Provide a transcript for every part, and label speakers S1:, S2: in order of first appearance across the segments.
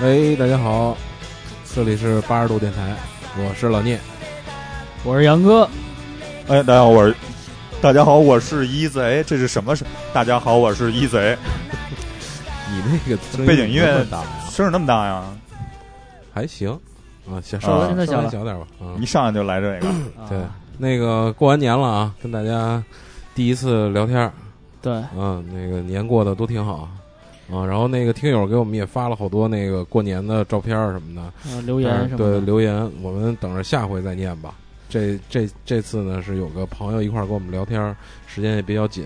S1: 喂，哎大家好，这里是八十度电台，我是老聂。
S2: 我是杨哥，
S3: 哎，大家好，我是大家好，我是一贼，这是什么？是大家好，我是一贼，
S1: 你那个声
S3: 背景音乐
S1: 嗯那么大啊吗
S3: 声儿那么大呀？
S1: 还行啊，小
S3: 啊
S1: 稍
S2: 哦真的
S1: 微稍微
S2: 小
S1: 小点吧。啊，
S3: 一上来就来这个，
S1: 对
S2: 啊
S1: 那个过完年了啊，跟大家第一次聊天儿，
S2: 对，
S1: 嗯，那个年过得都挺好啊。然后那个听友给我们也发了好多那个过年的照片儿什么的，
S2: 呃留言
S1: 但是
S2: 什
S1: 对
S2: 么的，
S1: 留言，我们等着下回再念吧。这这这次呢是有个朋友一块儿跟我们聊天儿，时间也比较紧。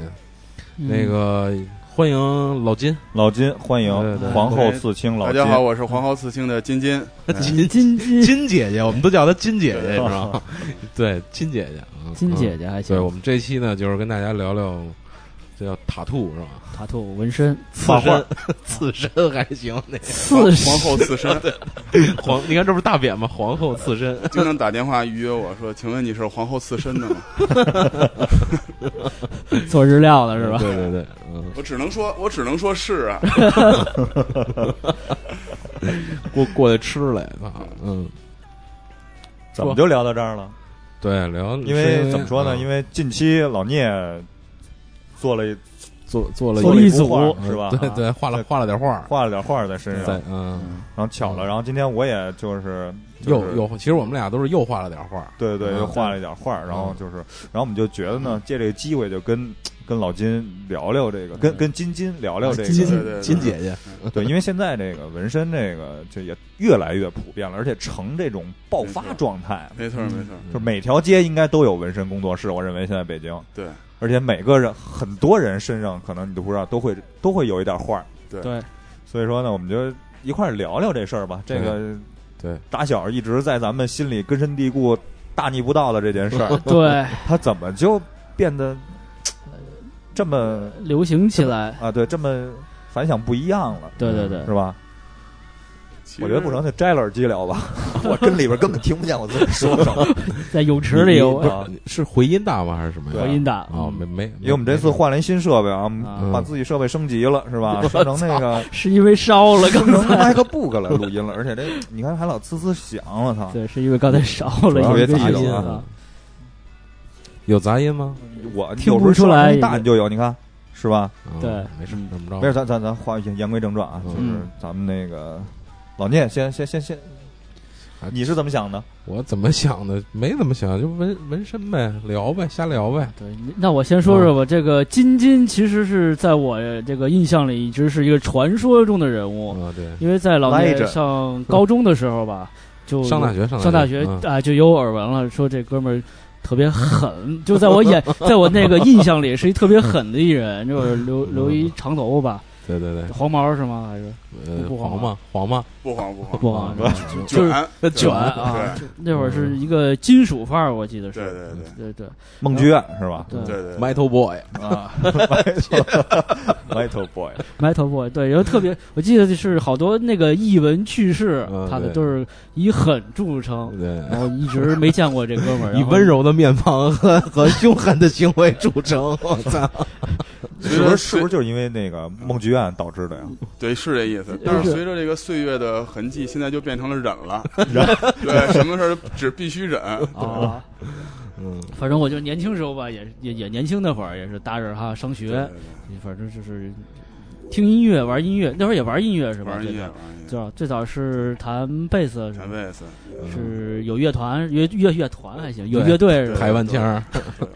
S2: 嗯
S1: 那个欢迎老金，
S3: 老金欢迎
S1: 对对对
S3: 皇后刺青老
S4: 大
S3: 金。
S4: 家好，我是皇后刺青的金金。哎
S1: 金
S2: 金金
S1: 金姐姐，我们都叫她金姐姐，你
S3: 对
S1: 知道 吗？对，金姐姐，嗯
S2: 金姐
S1: 嗯
S2: 姐还行
S1: 对，，我们这期呢，就是跟大家聊聊，这叫塔兔是吧？
S2: 塔兔纹身，
S3: 画画
S1: 刺身还行，那
S2: 刺
S4: 皇
S2: 身
S4: 后刺身
S1: 皇，你看这不是大扁吗？皇后刺身，
S4: 经常打电话预约我说：“请问你是皇后刺身的吗
S2: 做日料的是吧？
S1: 对对对，嗯，？”
S4: 我只能说，我只能说是啊。
S1: 过过来吃来吧，嗯，
S3: 怎么就聊到这儿了？
S1: 对，聊，嗯
S3: 因为怎么说呢？因
S1: 为
S3: 为近期老聂做了一
S1: 做做了嗯
S2: 做
S3: 了
S2: 一
S3: 一
S2: 组
S3: 幅画是吧？
S1: 对对，画了画了点画，
S3: 画了点画在身上
S1: 在，嗯，
S3: 然后巧了，然后今天我也就是就
S1: 又
S3: 是
S1: 又，其实我们俩都是又画了点画，
S3: 对对，
S1: 嗯
S3: 又画了一点画，然后就是，然后我们就觉得呢，借这个机会就跟跟老金聊聊这个，跟跟金金聊聊这
S1: 嗯
S3: 个，
S1: 啊金
S4: 对对对
S1: 金姐姐，
S3: 对，因为现在这个纹身这个这也越来越普遍了，而且呈这种爆发状态，
S1: 嗯
S4: 没错，
S2: 嗯
S4: 没错，
S3: 就是每条街应该都有纹身工作室。我认为现在北京，
S4: 对
S3: 而且每个人很多人身上可能你都不知道都会都会有一点画儿，
S2: 对，，
S3: 所以说呢，我们就一块儿聊聊这事儿吧。这个
S1: 对，
S3: 打小一直在咱们心里根深蒂固、大逆不道的这件事儿
S2: 对，
S3: 它怎么就变得呃这么
S2: 流行起来，
S3: 啊？对，这么反响不一样了，
S2: 对对对
S1: 嗯
S3: 是，吧？
S4: 其实
S3: 我觉得不成，就摘了耳机聊吧。 我跟里边根本听不见我自己说什么。
S2: 在泳池里有
S1: 你你不是是回嗯音大吗？还是什么呀？
S3: 对
S2: 回音嗯大
S1: 啊，没没，
S3: 因为我们这次换了一新设备啊，
S2: 啊
S3: 把自己设备升级了，是 吧？升成那个
S2: 是因为烧 了
S3: 升
S2: 刚
S3: 成
S2: 才，
S3: 麦克 book 了，录音了，而且这你看还老呲呲响，我操！
S2: 对，是因为刚才烧了，
S3: 主要
S2: 有一
S3: 别
S2: 个
S3: 提了
S2: 音
S1: 啊，有杂音吗？
S3: 我
S2: 听不出来
S3: 有时候声音大你就有，你看是吧？
S1: 啊
S2: 对
S1: 没事，怎么着？
S3: 嗯没事，咱咱咱话言言归正传啊，
S1: 嗯
S3: 就是咱们那个老聂，先先先先
S1: 啊，
S3: 你是怎么想的？
S1: 我怎么想的？没怎么想，就纹纹身呗，聊呗，瞎聊呗。
S2: 对，那我先说
S1: 嗯
S2: 说吧。这个金金其实是在我这个印象里一直是一个传说中的人物，
S1: 啊，对，
S2: 因为在老
S3: 来
S2: 聂
S3: 着
S2: 上高中的时候吧，就
S1: 上大学，上
S2: 上大学
S1: 嗯
S2: 啊，就有耳闻了，说这哥们儿特别狠， 就在我眼，在我那个印象里是一特别狠的一人，就是留留一长头发吧，
S1: 对对对，
S2: 黄毛是吗？还是
S1: 呃，
S2: 不
S1: 黄
S2: 黄
S1: 嘛，黄嘛，
S4: 不慌不慌，
S2: 不黄是吧？就是
S4: 卷
S1: 呃
S4: 对
S2: 卷啊，就那会儿是一个金属范儿，我记得
S4: 对
S2: 是，
S4: 对
S2: 对
S4: 对
S2: 对
S3: 梦剧院是吧？
S2: 对
S4: 对对对，
S1: ，Metal Boy，
S3: 啊，Metal Boy，
S2: ，Metal Boy，对，然后特别， 我记得是好多那个译文趣事
S1: 嗯，
S2: 他的
S1: 对
S2: 都是以狠著称，
S1: 对。
S2: 然后一直没见过这哥们儿，
S1: 以
S2: 然后
S1: 温柔的面庞和和凶狠的行为著称，我操！
S3: 是不是是不是就是因为那个梦剧院导致的呀？
S4: 对是这意思。
S2: 是
S4: 但是随着这个岁月的痕迹，现在就变成了忍 了。对，什么事儿都只必须忍。
S2: 啊，
S1: 嗯，
S2: 反正我就年轻时候吧，也是也也年轻那会儿也是搭着哈上
S4: 对对
S2: 学，嗯
S4: 对
S2: 反正就是听音乐、玩音乐，那会儿也玩音乐是吧？
S4: 玩音乐，
S2: 最早
S4: 玩音乐，
S2: 最早最早是弹贝斯，是吧
S4: 弹贝斯，嗯
S2: 是有乐团，乐乐乐团还行，有
S1: 对
S2: 乐队是吧？
S1: 台湾腔 儿，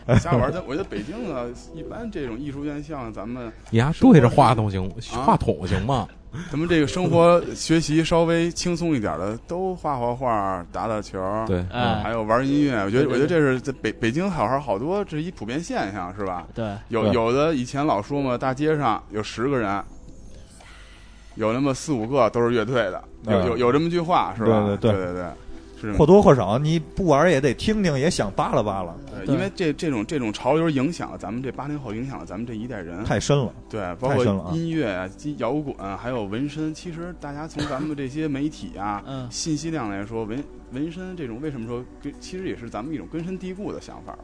S4: 对瞎玩儿。但我觉得北京呢，一般这种艺术院校，咱们
S1: 你还对着话筒行
S4: 啊
S1: 话筒行吗？
S4: 咱们这个生活学习稍微轻松一点的，都画画画、打打球，
S1: 对，
S2: 哎
S4: 还有玩音乐。我觉
S2: 对对
S4: 得，
S2: 对
S4: 我觉得这是在北北京好像好多这是一普遍现象，是吧？
S2: 对，
S4: 有
S3: 对
S4: 有的以前老说嘛，大街上有十个人，有那么四五个都是乐队的，有
S3: 嗯
S4: 有有这么句话是吧？
S3: 对对对
S4: 对对对，是这么
S3: 或多或少你不玩也得听听，也想扒拉扒拉，
S2: 对、
S4: 对呃因为这这种这种潮流影响了咱们这八零后，影响了咱们这一代人，
S3: 太深了。
S4: 对，包
S3: 太深了啊
S4: 括音乐、啊、摇滚啊，还有纹身。其实大家从咱们这些媒体啊
S2: 嗯
S4: 信息量来说，纹纹身这种为什么说跟其实也是咱们一种根深蒂固的想法吧。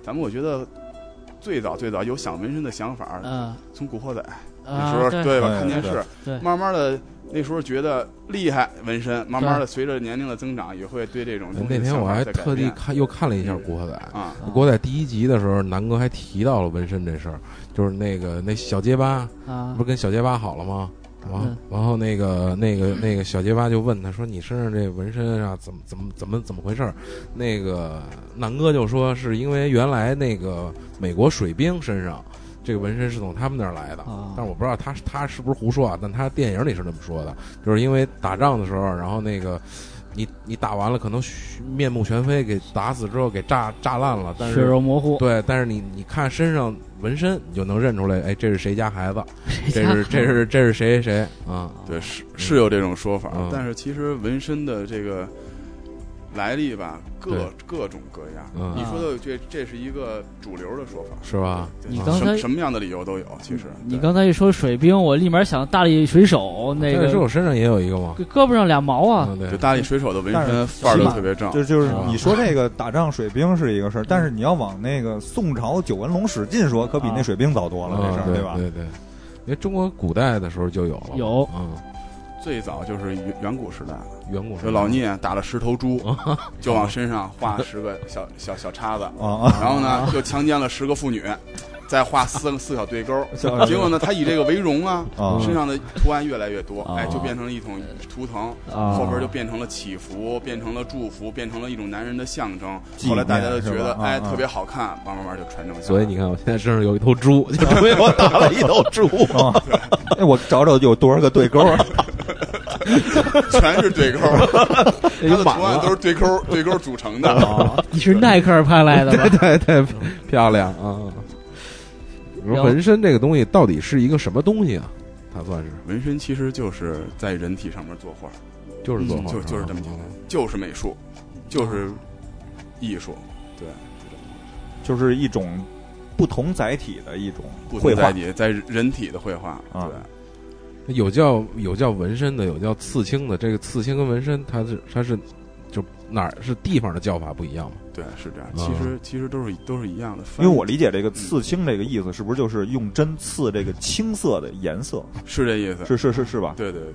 S4: 咱们我觉得最早最早有想纹身的想法，
S2: 嗯，
S4: 从《古惑仔》那
S2: 啊
S4: 时候，对吧？
S3: 对
S4: 看电
S3: 对
S4: 视
S2: 对，
S4: 慢慢的那时候觉得厉害纹身，慢慢的随着年龄的增长，也会对这种东西
S1: 哎那天
S4: 想
S1: 我
S4: 法
S1: 还
S4: 在改
S1: 特地
S4: 变
S1: 看又看了一下《古惑仔》
S4: 啊，
S1: 《古惑仔》第一集的时候，南哥还提到了纹身这事儿，就是那个那小结巴，
S2: 啊
S1: 不是跟小结巴好了吗？然后
S2: 嗯，
S1: 然后那个那个那个小结巴就问他说：“你身上这纹身啊，怎么怎么怎么怎么回事儿？”那个南哥就说：“是因为原来那个美国水兵身上这个纹身是从他们那儿来的，
S2: 啊
S1: 但是我不知道他他是不是胡说啊，但他电影里是这么说的，就是因为打仗的时候，然后那个。”你你打完了，可能血面目全非，给打死之后给炸炸烂了，但是
S2: 血肉模糊，
S1: 对，但是你你看身上纹身，你就能认出来，哎，这是谁家孩子，这是这是这是谁谁谁啊？
S4: 对是是有这种说法
S1: 嗯，
S4: 但是其实纹身的这个来历吧，各各种各样。
S1: 嗯
S4: 你说的这这是一个主流的说法，
S1: 是吧？
S4: 对
S2: 你
S1: 啊
S2: 刚
S4: 什
S2: 才嗯
S4: 么什么样的理由都有，其实
S2: 你
S4: 对
S2: 刚才一说水兵，我立马想大力水手那
S1: 这是
S2: 个
S1: 我身上也有一个吗？
S2: 胳胳膊上俩毛啊，
S1: 嗯，
S4: 就
S1: 对，
S4: 大力水手的纹
S3: 但是
S4: 身范儿都
S3: 起码
S4: 特别正，
S3: 就就是
S1: 是吧
S3: 你说这个打仗水兵是一个事儿，但是你要往那个宋朝九纹龙史进说，可比那水兵早多了，这事
S1: 啊
S3: 儿
S1: 对
S3: 吧？
S1: 对对，因为中国古代的时候就有了嘛，
S2: 有
S1: 嗯，
S4: 最早就是远远古时代，
S1: 远古时
S4: 就
S1: 代
S4: 老聂打了十头猪，就往身上画十个小小小叉子，
S3: 啊啊，
S4: 然后呢又强奸了十个妇女，再画四个四小对勾，
S3: 小
S4: 结果呢他以这个为荣啊
S3: 啊，
S4: 身上的图案越来越多，
S3: 哦
S2: 啊
S4: 哎，就变成了一种图腾，
S2: 啊
S4: 嗯后边就变成了祈福，变成了祝福，变成了一种男人的象征。
S3: 纪
S4: 后
S3: 念
S4: 来大家都觉
S3: 是
S4: 得
S3: 吧啊
S4: 哎
S3: 啊
S4: 特别好看，慢慢慢就传承下来。
S1: 所以你看我现在身上有一头猪，
S4: 啊
S1: 就是因为我打了一头猪。
S3: 啊！ 哎，我找找有多少个对勾啊？
S4: 全是对勾， 它的图
S3: 啊
S4: 案都是对勾对勾组成的。
S3: 哦
S2: 你是耐克儿派来的吧？
S1: 太太漂亮啊！你说纹身这个东西到底是一个什么东西啊？它算是
S4: 纹身其实就是在人体上面作画，
S1: 就是做画，
S4: 嗯
S1: 啊
S4: 就就是这么简单，
S3: 嗯
S4: 就是美术，就是艺术，
S3: 就是一种不同载体的一种
S4: 不
S3: 绘
S4: 同
S3: 画
S4: 载体在人体的绘画。
S3: 啊
S4: 对，
S1: 有叫有叫纹身的，有叫刺青的。这个刺青跟纹身，它是它是就哪儿是地方的叫法不一样嘛？
S4: 对是这样。
S1: 啊
S4: 其实其实都是都是一样的，
S3: 嗯因为我理解这个“刺青”这个意思，是不是就是用针刺这个青色的颜色？
S4: 是这意思。
S3: 是是是是吧？
S4: 对对对，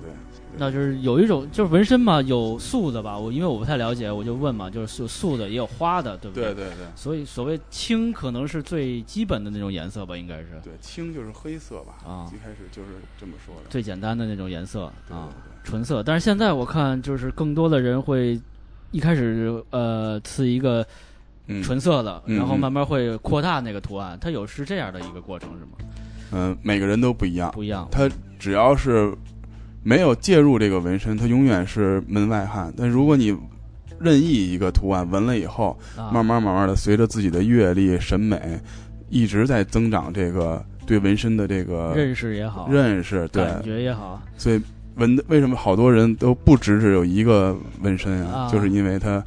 S2: 那就是有一种就是纹身嘛，有素的吧？我因为我不太了解，我就问嘛，就是有素的也有花的，对不
S4: 对对对
S2: 所以所谓青可能是最基本的那种颜色吧，应该是
S4: 对，青就是黑色吧，
S2: 啊
S4: 一开始就是这么说的。
S2: 最简单的那种颜色
S4: 对
S2: 啊，
S4: 对对
S2: 纯色。但是现在我看就是更多的人会一开始呃刺一个
S4: 嗯
S2: 纯色的，
S4: 嗯
S2: 然后
S4: 嗯
S2: 慢慢会扩大那个图案，它有是这样的一个过程是吗？
S4: 嗯，每个人都不一样，
S2: 不一样
S4: 他只要是没有介入这个纹身，他永远是门外汉。但如果你任意一个图案纹了以后，
S2: 啊，
S4: 慢慢慢慢的，随着自己的阅历、审美，一直在增长这个对纹身的这个
S2: 认识也好，
S4: 认识。对，
S2: 感觉也好，
S4: 所以纹的为什么好多人都不只只有一个纹身啊？
S2: 啊
S4: 就是因为他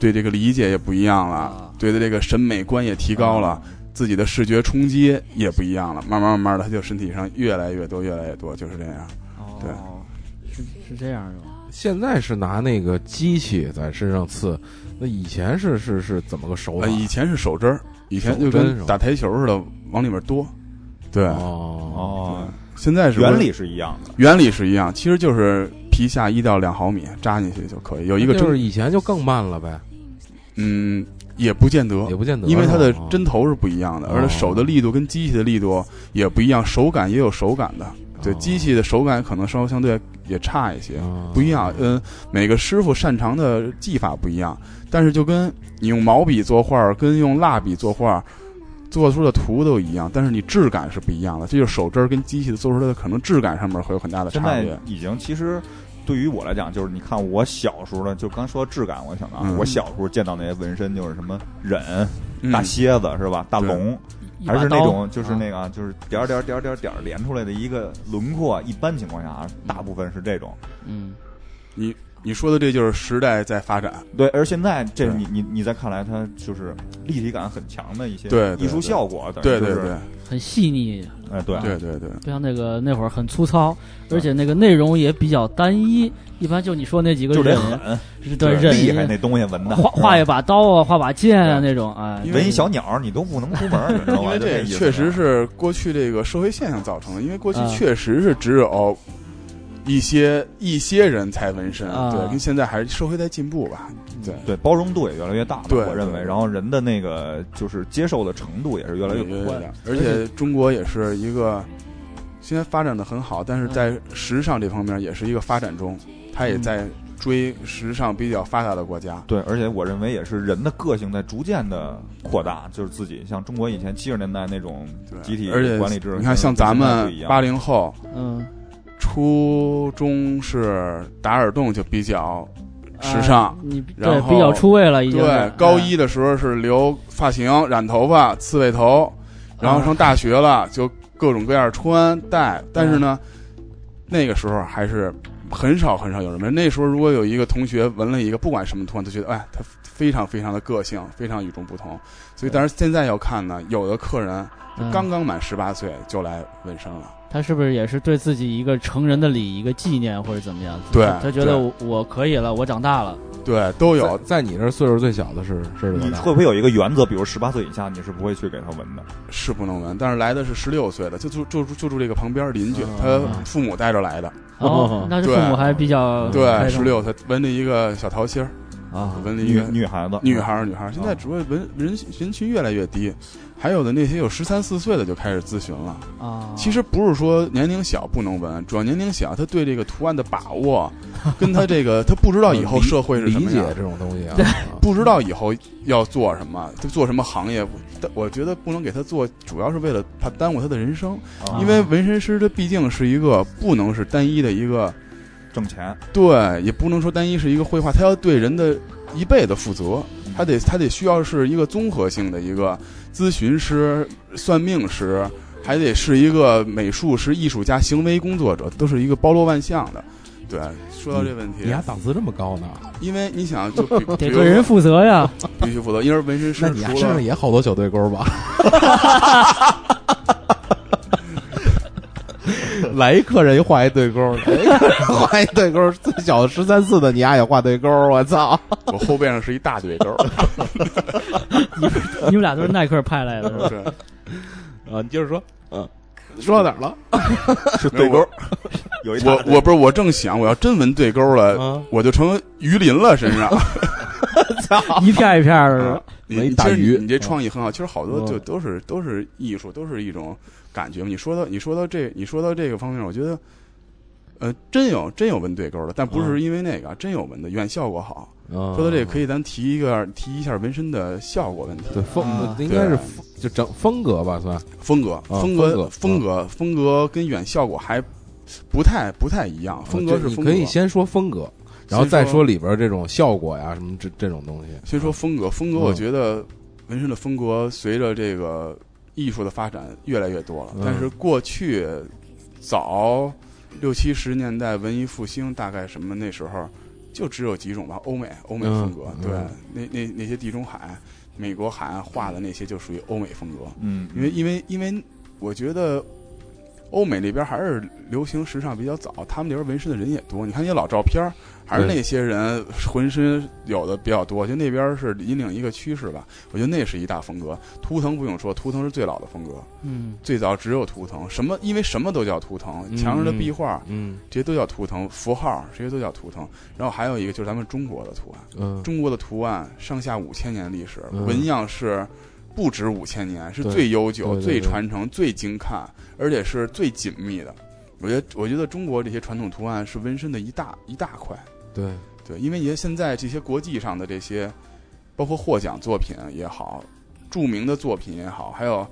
S4: 对这个理解也不一样了，
S2: 啊
S4: 对的这个审美观也提高了。自己的视觉冲击也不一样了，慢慢慢慢的，他就身体上越来越多，越来越多，就是这样。对
S2: 哦，是是这样的吗？
S1: 现在是拿那个机器在身上刺，那以前是是是怎么个手法
S4: 呃，？以前是手针儿，以前
S1: 手
S4: 就
S1: 针
S4: 跟
S1: 是吧
S4: 打台球似的，往里面哆。对，
S1: 哦，
S3: 哦，
S4: 现在是不是
S3: 原理是一样的。
S4: 原理是一样，其实就是皮下一到两毫米扎进去就可以，有一个针，
S1: 就是以前就更慢了呗，
S4: 嗯，也不见得
S1: 也，不见得，
S4: 哦因为它
S1: 是
S4: 的
S1: 吧
S4: 针头是不一样的，而且手的力度跟机器的力度也不一样，手感也有手感的，对，
S1: 哦
S4: 机器的手感可能稍微相对也差一些，
S1: 哦
S4: 不一样，嗯，每个师傅擅长的技法不一样，但是就跟你用毛笔作画，跟用蜡笔作画。做出的图都一样，但是你质感是不一样的，这就是手针儿跟机器的做出来的可能质感上面会有很大的
S3: 现
S4: 差
S3: 在
S4: 别。
S3: 已经其实对于我来讲，就是你看我小时候呢，就刚说质感，我想到啊、
S4: 嗯
S3: 我小时候见到那些纹身就是什么忍、
S4: 嗯
S3: 大蝎子是吧？大
S4: 对
S3: 龙，
S2: 一把
S3: 还是那
S2: 刀
S3: 种就是那个啊，就是点儿点儿点儿点儿点儿连出来的一个轮廓。一般情况下啊，大部分是这种。
S2: 嗯，
S4: 你你说的这就是时代在发展，
S3: 对，而现在这
S4: 对
S3: 你你你再看来，它就是立体感很强的一些
S4: 对对
S3: 艺术
S4: 对
S3: 效果，等于
S4: 对
S3: 就
S4: 对
S3: 是
S4: 对，
S2: 很细腻，
S3: 哎，对，
S4: 对对对，
S2: 不像那个那会儿很粗糙，而且那个内容也比较单一，一般就你说那几个
S3: 就得
S2: 忍，
S3: 狠，
S2: 是对
S3: 就是
S2: 忍
S3: 厉害那东西纹的，
S2: 画画一
S3: 是吧
S2: 把刀啊，画把剑啊那种，哎，
S4: 因为
S3: 纹一小鸟儿，你都不能出门儿，你知道
S4: 因
S3: 吗？
S4: 为
S3: 就
S4: 这
S3: 意思啊
S4: 确实是过去这个社会现象造成的，因为过去
S3: 嗯
S2: 啊
S4: 确实是只有一些一些人才纹身，
S2: 啊
S4: 对，跟现在还是社会在进步吧，对，
S3: 对包容度也越来越大了，
S4: 对
S3: 我认为，
S4: 对
S3: 然后人的那个就是接受的程度也是越来越宽，
S4: 而且中国也是一个现在发展的很好，但
S3: 嗯
S4: 是在时尚这方面也是一个发展中，它也在追时尚比较发达的国家。
S3: 对，而且我认为也是人的个性在逐渐的扩大，就是自己像中国以前七十年代那种
S4: 对
S3: 集体
S4: 而且
S3: 管理制，
S4: 你看，像
S3: 跟
S4: 咱
S3: 现在不
S4: 们
S3: 一样
S4: 八零后，
S2: 嗯，
S4: 初中是打耳洞就比较时
S2: 哎
S4: 尚，
S2: 你对
S4: 然后
S2: 比较出位了已经是。
S4: 对，高
S2: 哎
S4: 一的时候是留发
S1: 哎
S4: 型、染头发、刺猬头，
S2: 哎
S4: 然后上大学了就各种各样穿戴，但是呢，那个时候还是很少很少有人纹。那时候如果有一个同学纹了一个不管什么图案，都觉得哎，他非常非常的个性，非常与众不同。所
S1: 嗯
S4: 以，但是现在要看呢，有的客人就
S2: 嗯
S4: 刚刚满十八岁就来纹身了，
S2: 他是不是也是对自己一个成人的礼仪一个纪念或者怎么样？
S4: 对
S2: 他他觉
S4: 对
S2: 得我我可以了，我长大了，
S4: 对，都有
S1: 在。在你这儿岁数最小的是是多
S3: 你
S1: 大
S3: 会？不会有一个原则，比如十八岁以下你是不会去给他纹的？
S4: 是不能纹，但是来的是十六岁的，就住就住就住这个旁边邻居
S1: 啊，
S4: 他父母带着来的，
S1: 哦
S2: 哦，那这父母还比较
S4: 对，
S2: 嗯开
S4: 十
S2: 放
S4: 六岁纹了一个小桃心儿，
S2: 啊，
S4: 纹了一
S3: 女
S4: 个
S3: 女孩子，
S4: 女孩儿女孩儿，现在只会纹人人群越来越低，还有的那些有十三四岁的就开始咨询了。
S2: 啊，
S4: 其实不是说年龄小不能纹，主要年龄小他对这个图案的把握，跟他这个他不知道以后社会是 什
S1: 理
S4: 么
S1: 解
S4: 样。
S1: 这种东西啊，
S4: 不知道以后要做什么，他做什么行业，但我觉得不能给他做，主要是为了怕耽误他的人生。
S3: 啊
S4: 因为纹身师他毕竟是一个不能是单一的一个，
S3: 挣钱，
S4: 对，也不能说单一是一个绘画，他要对人的一辈子负责，他得他得需要是一个综合性的一个咨询师、算命师，还得是一个美术师、艺术家、行为工作者，都是一个包罗万象的。对，说到这问题啊
S1: 你，还档次这么高呢？
S4: 因为你想，就比比
S2: 得
S4: 如
S2: 对人
S4: 说
S2: 负责呀，
S4: 必须负责，因为纹身师
S1: 那你还
S4: 除
S1: 身
S4: 了
S1: 上也好多小对勾 吧？来一客人又画一对勾，来一客人画一对勾，最小的十三四的你丫也画对勾，我操！
S4: 我后背上是一大对勾，
S2: 你们俩都是耐克派来的，是吧？
S4: 对，
S1: 啊，你接着说，嗯，
S4: 说到哪儿了？
S3: 是对
S4: 没
S3: 勾
S4: 有
S3: 儿，有一大
S4: 我我不是我正想，我要真纹对勾了，
S1: 啊
S4: 我就成鱼鳞了身上。
S2: 一片一片的，
S1: 围
S4: 你
S1: 大
S4: 其实
S1: 鱼
S4: 你你这创意很好。其实好多
S1: 嗯
S4: 就都是都是艺术，都是一种感觉嘛。你说到你说到这你说到这个方面，我觉得，呃，真有真有纹对勾的，但不
S1: 嗯
S4: 是因为那个，啊真有纹的，远效果好。
S1: 说
S4: 说到这个，可以咱提一个提一下纹身的效果问题，
S1: 对风
S2: 啊
S1: 应该是风就整风格吧，算
S4: 风格
S1: 啊
S4: 风
S1: 风
S4: 格
S1: 格
S4: 风格风格跟远效果还不太不太一样，风格
S1: 呃就是你
S4: 风格
S1: 可。以先说风格，然后
S4: 先
S1: 再
S4: 说
S1: 说里边这种效果呀什么这这种东西。
S4: 先说风格，风格
S1: 嗯
S4: 我觉得纹身的风格随着这个艺术的发展越来越多了，
S1: 嗯
S4: 但是过去早六七十年代文艺复兴，大概什么那时候就只有几种吧，欧美欧美风格，
S1: 嗯
S4: 对，
S1: 嗯
S4: 那那那些地中海、美国海岸画的那些就属于欧美风格，
S3: 嗯，
S4: 因为因为因为我觉得。欧美那边还是流行时尚比较早，他们那边纹身的人也多。你看那些老照片儿，还是
S1: 对
S4: 那些人浑身有的比较多。我觉得那边是引领一个趋势吧，我觉得那是一大风格。图腾不用说，图腾是最老的风格，
S2: 嗯，
S4: 最早只有图腾。什么？因为什么都叫图腾，
S1: 嗯
S4: 墙上的壁画
S1: 嗯
S4: 这些都叫图腾，符号这些都叫图腾。然后还有一个就是咱们中国的图案，
S1: 嗯，
S4: 中国的图案上下五千年历史，
S1: 嗯
S4: 纹样是不止五千年，是
S1: 对
S4: 最悠
S1: 对
S4: 久、
S1: 对对
S4: 最传承、最精看，而且是最紧密的。我觉得，我觉得中国这些传统图案是纹身的一大一大块。
S1: 对，
S4: 对，因为你看现在这些国际上的这些，包括获奖作品也好，著名的作品也好，还有，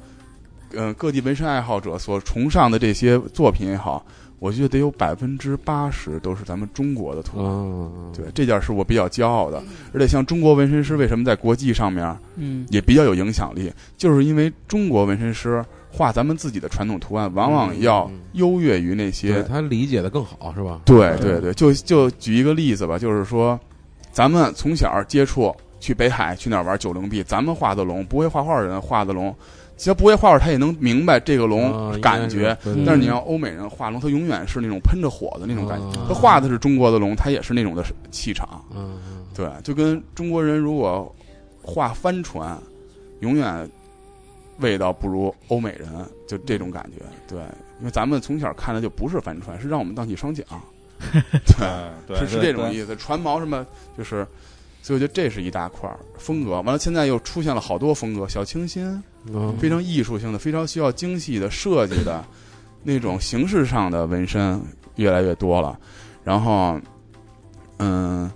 S4: 呃，各地纹身爱好者所崇尚的这些作品也好，我觉得得有百分之八十都是咱们中国的图案。
S1: 嗯，
S4: 对，这点是我比较骄傲的。而且像中国纹身师为什么在国际上面
S2: 嗯，
S4: 也比较有影响力，就是因为中国纹身师画咱们自己的传统图案，往往要
S1: 嗯嗯
S4: 优越于那些
S1: 对他理解的更好是吧？
S4: 对对对，就就举一个例子吧，就是说，咱们从小接触去北海去哪儿玩九龙壁，咱们画的龙，不会画画的人画的龙，其实不会画画他也能明白这个
S1: 啊
S4: 龙感觉。，
S1: 应该对对
S4: 但是你要欧美人画龙，他永远是那种喷着火的那种感觉。
S1: 啊
S4: 他画的是中国的龙，他也是那种的气场。
S1: 嗯嗯
S4: 对，就跟中国人如果画帆船，永远味道不如欧美人，就这种感觉。对，因为咱们从小看的就不是帆船，是让我们荡起双桨，对，
S3: 哎对，
S4: 是是这种
S3: 思。
S4: 意思。船锚什么就是，所以我觉得这是一大块儿风格。完了，现在又出现了好多风格，小清新，
S1: 嗯
S4: 非常艺术性的，非常需要精细的设 计的，那种形式上的纹身越来越多了。然后，嗯，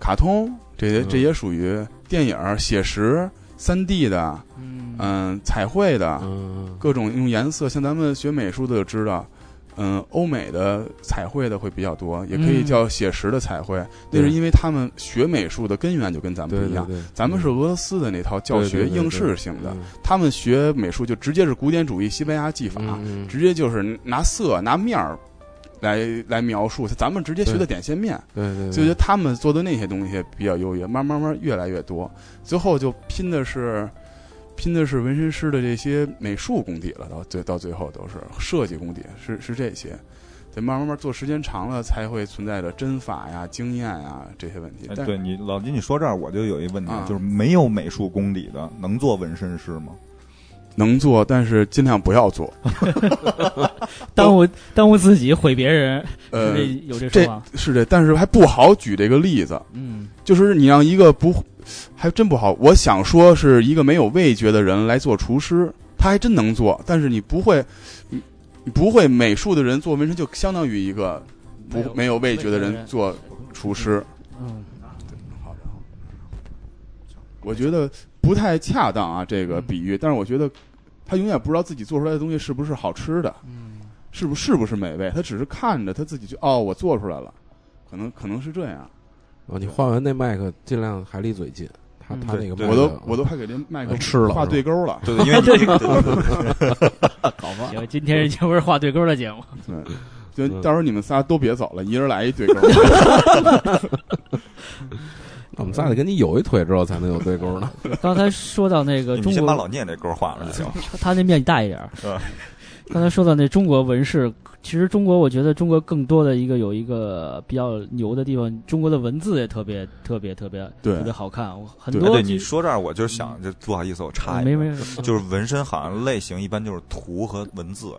S4: 卡通这些
S1: 嗯
S4: 这也属于电影儿写实、三 D 的，
S2: 嗯
S4: 嗯，彩绘的，
S1: 嗯
S4: 各种用颜色，像咱们学美术的就知道。嗯，欧美的彩绘的会比较多，也可以
S2: 嗯
S4: 叫写实的彩绘。那
S1: 对
S4: 是因为他们学美术的根源就跟咱们
S1: 对
S4: 不一
S1: 对
S4: 样，
S1: 对，
S4: 咱们是俄罗斯的那套教学应试型的，他们学美术就直接是古典主义西班牙技法，
S1: 嗯，
S4: 直接就是拿色拿面儿来来描述。咱们直接学的
S1: 对
S4: 点线面，
S1: 对对，
S4: 所以我觉得他们做的那些东西比较优越，慢慢慢慢越来越多，最后就拼的是。拼的是纹身师的这些美术功底了，到最到最后都是设计功底，是是这些，得慢慢慢做时间长了才会存在着针法呀、经验呀这些问题。
S3: 哎
S4: 但
S3: 对你老金，你说这儿我就有一问题
S4: 啊，
S3: 就是没有美术功底的能做纹身师吗？
S4: 能做，但是尽量不要做。
S2: 耽误耽误自己毁别人，
S4: 呃，
S2: 这有这说
S4: 这
S2: 法？
S4: 是这，但是还不好举这个例子，
S2: 嗯
S4: 就是你让一个不，还真不好。我想说是一个没有味觉的人来做厨师，他还真能做，但是你不会，你你不会美术的人做纹身，就相当于一个不
S2: 没有
S4: 没有味
S2: 味
S4: 觉
S2: 觉
S4: 的
S2: 的
S4: 人
S2: 人
S4: 做厨师。
S2: 嗯，
S4: 好，然后我觉得不太恰当啊，这个
S2: 嗯
S4: 比喻，但是我觉得他永远不知道自己做出来的东西是不是好吃的，
S2: 嗯
S4: 是不是不是美味，他只是看着他自己就哦，我做出来了，可能可能是这样。
S1: 哦，你换完那麦克，尽量还离嘴近。他
S2: 嗯
S1: 他那个麦克，
S4: 我都我都快给这麦克
S1: 呃吃了
S4: 画
S1: 是吧
S4: 对勾了。
S3: 对， 因为你
S4: 好吧，
S2: 行，今天这节目是画对勾的节目，
S4: 对，就
S1: 嗯
S4: 到时候你们仨都别走了，一人来 一对勾。
S1: 我们仨得跟你有一腿之后才能有对勾 呢。
S2: 刚才说到那个
S3: 你
S2: 中
S3: 先把
S2: 国，
S3: 老聂这勾画了就行。哎
S2: 他他那面积大一点儿
S3: 嗯。
S2: 刚才说到那中国纹饰，其实中国我觉得中国更多的一个有一个比较牛的地方，中国的文字也特别特别特别
S4: 对
S2: 特别好看，我很
S4: 对
S3: 哎
S2: 多
S3: 对，你说这儿我就想，就不好意思，我插一
S2: 没
S3: 句，
S2: 没有，
S3: 就是纹身好像类型一般就是图和文字，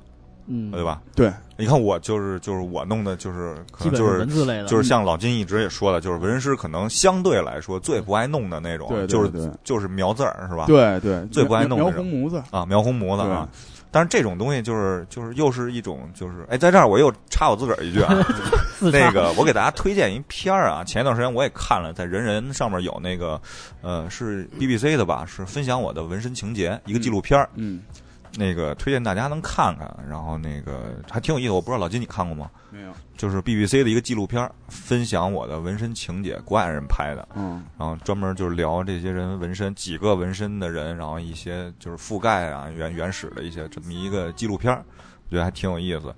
S2: 嗯，
S3: 对？吧？
S4: 对，
S3: 你看我就是就是我弄的就是可
S2: 基
S3: 能
S2: 本
S3: 就是
S2: 文字类的，
S3: 就是像老金一直也说的，就是纹身师可能相对来说最不爱弄的那种，
S4: 对，对
S3: 就是
S4: 对
S3: 就是描字儿是吧？
S4: 对对，
S3: 最不爱弄的
S4: 描
S3: 人
S4: 红模子，
S3: 啊，描红模子啊。但是这种东西就是就是又是一种就是哎，在这儿我又插我自个儿一句啊，
S2: 嗯自
S3: 那
S2: 杀
S3: 个我给大家推荐一片儿啊，前一段时间我也看了，在人人上面有那个呃是 BBC 的吧，是分享我的纹身情节一个纪录片儿，
S4: 嗯，
S3: 那个推荐大家能看看，然后那个还挺有意思，我不知道老金你看过吗？
S4: 没有，
S3: 就是 BBC 的一个纪录片儿，分享我的纹身情节，国外人拍的，
S4: 嗯
S3: 然后专门就是聊这些人纹身，几个纹身的人，然后一些就是覆盖啊原原始的一些这么一个纪录片儿，我觉得还挺有意思。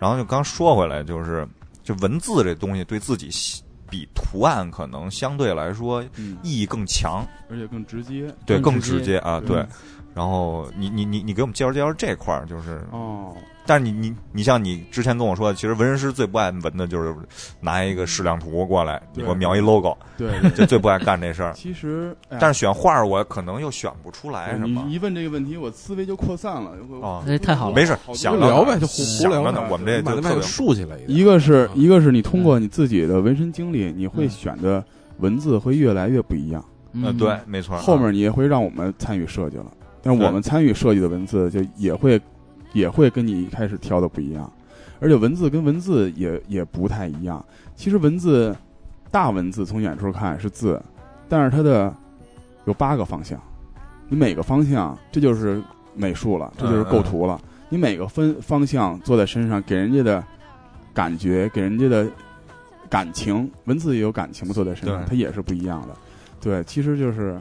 S3: 然后就刚说回来，就是就文字这东西对自己喜比图案可能相对来说
S4: 嗯，
S3: 意义更强，
S4: 而且更直接。
S3: 对，更
S2: 更
S3: 直
S2: 直接
S3: 接啊，
S4: 对
S3: 对。然后你你你你给我们介绍介绍这块儿，就是
S4: 哦，
S3: 但是你你你像你之前跟我说的，其实纹身师最不爱纹的就是拿一个矢量图过来，你
S4: 对
S3: 给我描一 logo，
S4: 对，对对。
S3: 就最不爱干这事儿
S4: 其实，哎呀
S3: 但是选画儿我可能又选不出来什
S4: 你
S3: 么
S4: 一问这个问题，我思维就扩散了。我
S3: 啊，
S2: 哎太好了
S3: 没事
S4: 多
S3: 想
S1: 就
S3: 到
S1: 聊
S3: 哪儿
S1: 呗，就胡胡聊
S3: 想到
S1: 呗
S3: 哪儿我们这
S1: 你把
S3: 就
S1: 那
S3: 特
S1: 麦克
S3: 别
S1: 竖起来点
S4: 一个是
S3: 嗯
S1: 啊
S4: 一个是你通过你自己的纹身经历，你会选的文字会越来越不一样。
S3: 呃，
S2: 嗯
S3: 对，没错儿。
S4: 后面你也会让我们参与设计了，但我们参与设计的文字就也会也会跟你一开始挑的不一样，而且文字跟文字也也不太一样。其实文字大文字从远处看是字，但是它的有八个方向，你每个方向这就是美术
S3: 嗯
S4: 了，这就是构图了。你每个分方向做在身上，给人家的感觉，给人家的感情，文字也有感情做在身上，
S3: 对
S4: 它也是不一样的。对，其实就是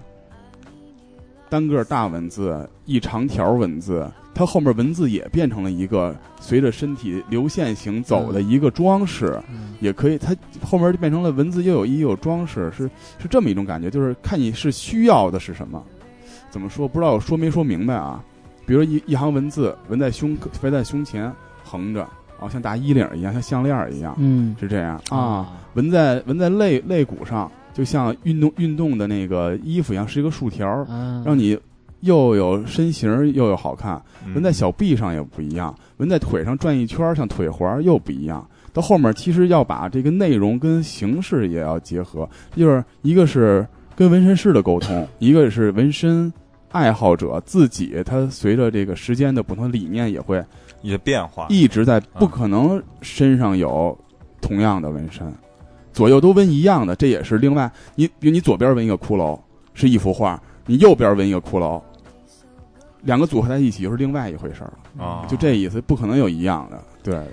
S4: 单个大文字，一长条文字，它后面文字也变成了一个随着身体流线型走的一个装饰，
S2: 嗯
S4: 也可以，它后面就变成了文字又有意义又有装饰，是是这么一种感觉，就是看你是需要的是什么。怎么说？不知道我说没说明白啊？比比如一一行文字纹在胸口纹在胸前横着，啊，像大衣领一样，像项链一样，
S2: 嗯
S4: 是这样啊。，纹在纹在肋肋骨上，就像运动运动的那个衣服一样，是一个竖条，
S2: 啊
S4: 让你又有身形儿又有好看。
S3: 嗯
S4: 纹在小臂上也不一样，纹在腿上转一圈儿像腿环儿又不一样。到后面其实要把这个内容跟形式也要结合，就是一个是跟纹身师的沟通，一个是纹身爱好者自己，他随着这个时间的不同，理念也会
S3: 一些变化，
S4: 一直在
S3: 啊
S4: 不可能身上有同样的纹身，左右都纹一样的，这也是另外你比如你左边纹一个骷髅是一幅画，你右边纹一个骷髅，两个组合在一起又是另外一回事儿了，
S3: 啊，
S4: 就这意思，不可能有一样的。对对，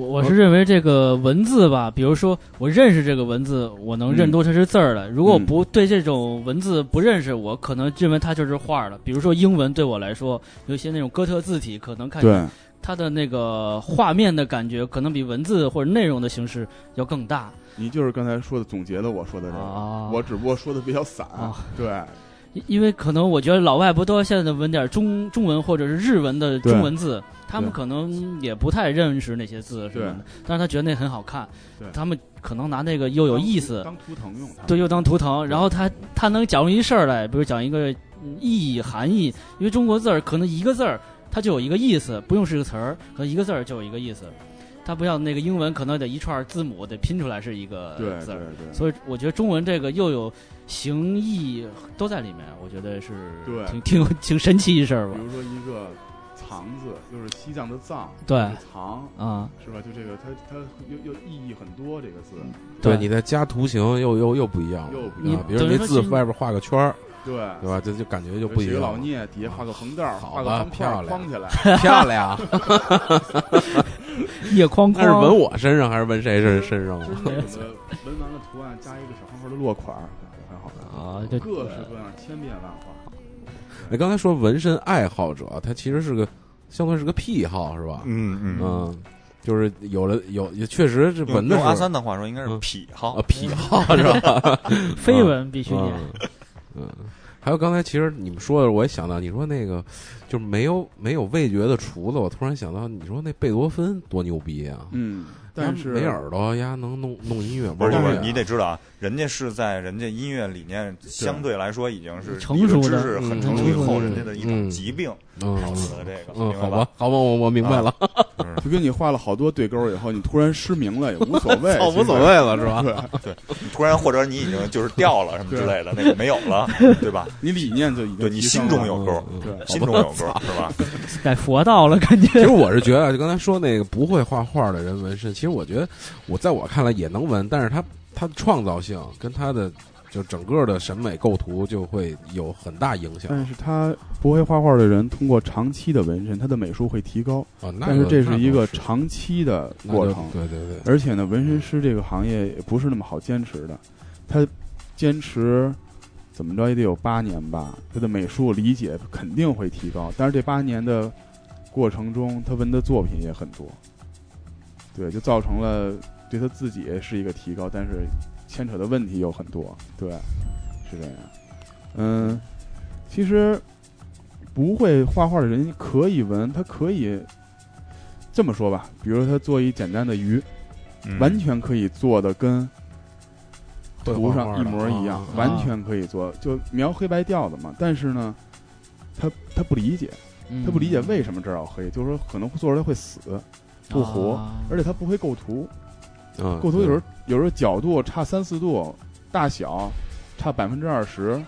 S2: 我我是认为这个文字吧，比如说我认识这个文字，我能
S4: 嗯
S2: 认出它是字儿来。如果我不对这种文字不认识，我可能认为它就是画儿了。比如说英文对我来说，有一些那种哥特字体，可能看起来
S4: 对，
S2: 它的那个画面的感觉，可能比文字或者内容的形式要更大
S4: 你就是刚才说的总结的我说的这个，
S2: 啊。
S4: 我只不过说的比较散
S2: 啊，
S4: 对
S2: 因因为可能我觉得老外不都现在纹点中中文或者是日文的中文字，他们
S4: 对
S2: 可能也不太认识那些字什么的，但是他觉得那很好看
S4: 对，
S2: 他们可能拿那个又有意思，
S4: 当图腾用。
S2: 对，又当图腾，然后他他能讲出一事儿来，比如讲一个嗯意义含义，因为中国字儿可能一个字儿它就有一个意思，不用是个词儿，可能一个字儿就有一个意思，它不像那个英文可能得一串字母得拼出来是一个
S4: 对
S2: 字
S4: 对
S2: 儿，
S4: 对。
S2: 所以我觉得中文这个又有形意都在里面，我觉得是
S4: 对
S2: 挺挺有挺神奇一事儿吧
S4: 比。如说一个“藏”字，就是西藏的“藏”，
S2: 对
S4: 就是藏
S2: 啊，
S4: 是吧？就这个，它它又又意义很多，这个字，
S1: 对
S2: 对
S1: 你再加图形又又又不一样
S4: 又
S1: 了。
S4: 不一
S1: 啊
S4: 样
S2: 你，
S1: 比如
S2: 等于
S1: 那
S2: 说
S1: 字
S2: 是
S1: 外边画个圈儿，
S4: 对
S1: 对吧？这就感觉就
S4: 就
S1: 不一
S4: 写个
S1: 样
S4: 老
S1: 了。啊
S4: 聂，底下画个横道儿，
S1: 好
S4: 画个
S1: 吧
S4: 方块
S1: 漂
S4: 儿
S1: 亮
S4: 框起 来，
S1: 漂 亮，啊
S2: 夜框
S1: 那是纹我身上还是纹谁身身上
S4: 真
S1: 啊？
S4: 的有的纹完了图案加一个小方块儿的落款儿，很好看，
S2: 啊，就
S4: 各式各样，千变万化。嗯
S1: 你哎刚才说纹身爱好者，他其实是个相当于是个癖好，是吧？
S3: 嗯嗯，
S1: 嗯，就是有了有，也确实这
S3: 用
S1: 纹的
S3: 用阿
S1: 时候
S3: 三的话说，应该是
S1: 嗯
S3: 癖好
S1: 啊，癖好是 吧？
S2: 绯闻必
S4: 啊
S2: 须念。
S1: 嗯嗯，还有刚才其实你们说的，我也想到，你说那个就是没有没有味觉的厨子，我突然想到，你说那贝多芬多牛逼啊！
S4: 嗯，但是
S1: 没耳朵呀，能弄弄音乐，
S3: 不是
S1: 玩
S3: 不
S1: 音
S3: 是，
S1: 乐
S3: 你得知道啊，人家是在人家音乐理念相对来说已经是
S2: 成
S3: 理论
S2: 熟
S3: 知
S2: 的
S3: 识很
S1: 嗯
S3: 成熟以后，
S1: 嗯
S3: 人家的一种
S1: 嗯
S3: 疾病
S1: 嗯
S3: 好词的这个，
S1: 嗯，
S3: 明白嗯
S1: 好吧？，好吧，我我明白了，，
S4: 就跟你画了好多对勾以后，你突然失明了也无所谓
S3: 啊
S1: 无所谓了是 吧？
S4: 对，
S3: 你突然或者你已经就是掉了什么之类的，那个没有了，对吧？
S4: 你理念就已经
S3: 对你
S4: 提升
S3: 心中
S4: 了
S3: 有勾
S1: 嗯
S4: 对
S3: 心中有歌是吧？
S2: 改佛道了，感
S1: 其
S2: 觉
S1: 实我是觉得，就刚才说那个不会画画的人纹身，其实我觉得我在我看来也能纹，但是他他的创造性跟他的就整个的审美构图就会有很大影响
S4: 但是他不会画画的人，通过长期的纹身，他的美术会提高。
S1: 啊。那
S4: 但是
S1: 个
S4: 这是一
S1: 那
S4: 个
S1: 倒是
S4: 长期的
S1: 那
S4: 过
S1: 就
S4: 程，
S1: 对对对，
S4: 而且呢，纹身师这个行业也不是那么好坚持的，他坚持怎么着也得有八年吧，他的美术理解肯定会提高，但是这八年的过程中，他纹的作品也很多，对，就造成了对他自己是一个提高，但是牵扯的问题有很多，对，是这样，嗯，其实不会画画的人可以纹，他可以。这么说吧，比如他做一简单的鱼，
S3: 嗯
S4: 完全可以做的跟
S1: 会
S4: 图
S1: 画
S4: 上
S1: 画
S4: 一
S1: 的
S4: 模一样
S1: 啊，
S4: 完全可以做，就描黑白调的嘛。但是呢，他他不理解，
S2: 嗯
S1: 嗯
S4: 他不理解为什么这儿要黑，就是说可能做出来会死，不活，
S1: 啊
S2: 啊
S4: 而且他不会构图，
S1: 嗯，
S4: 构图有时
S1: 对
S4: 候有时候角度差三四度，大小差百分之二十，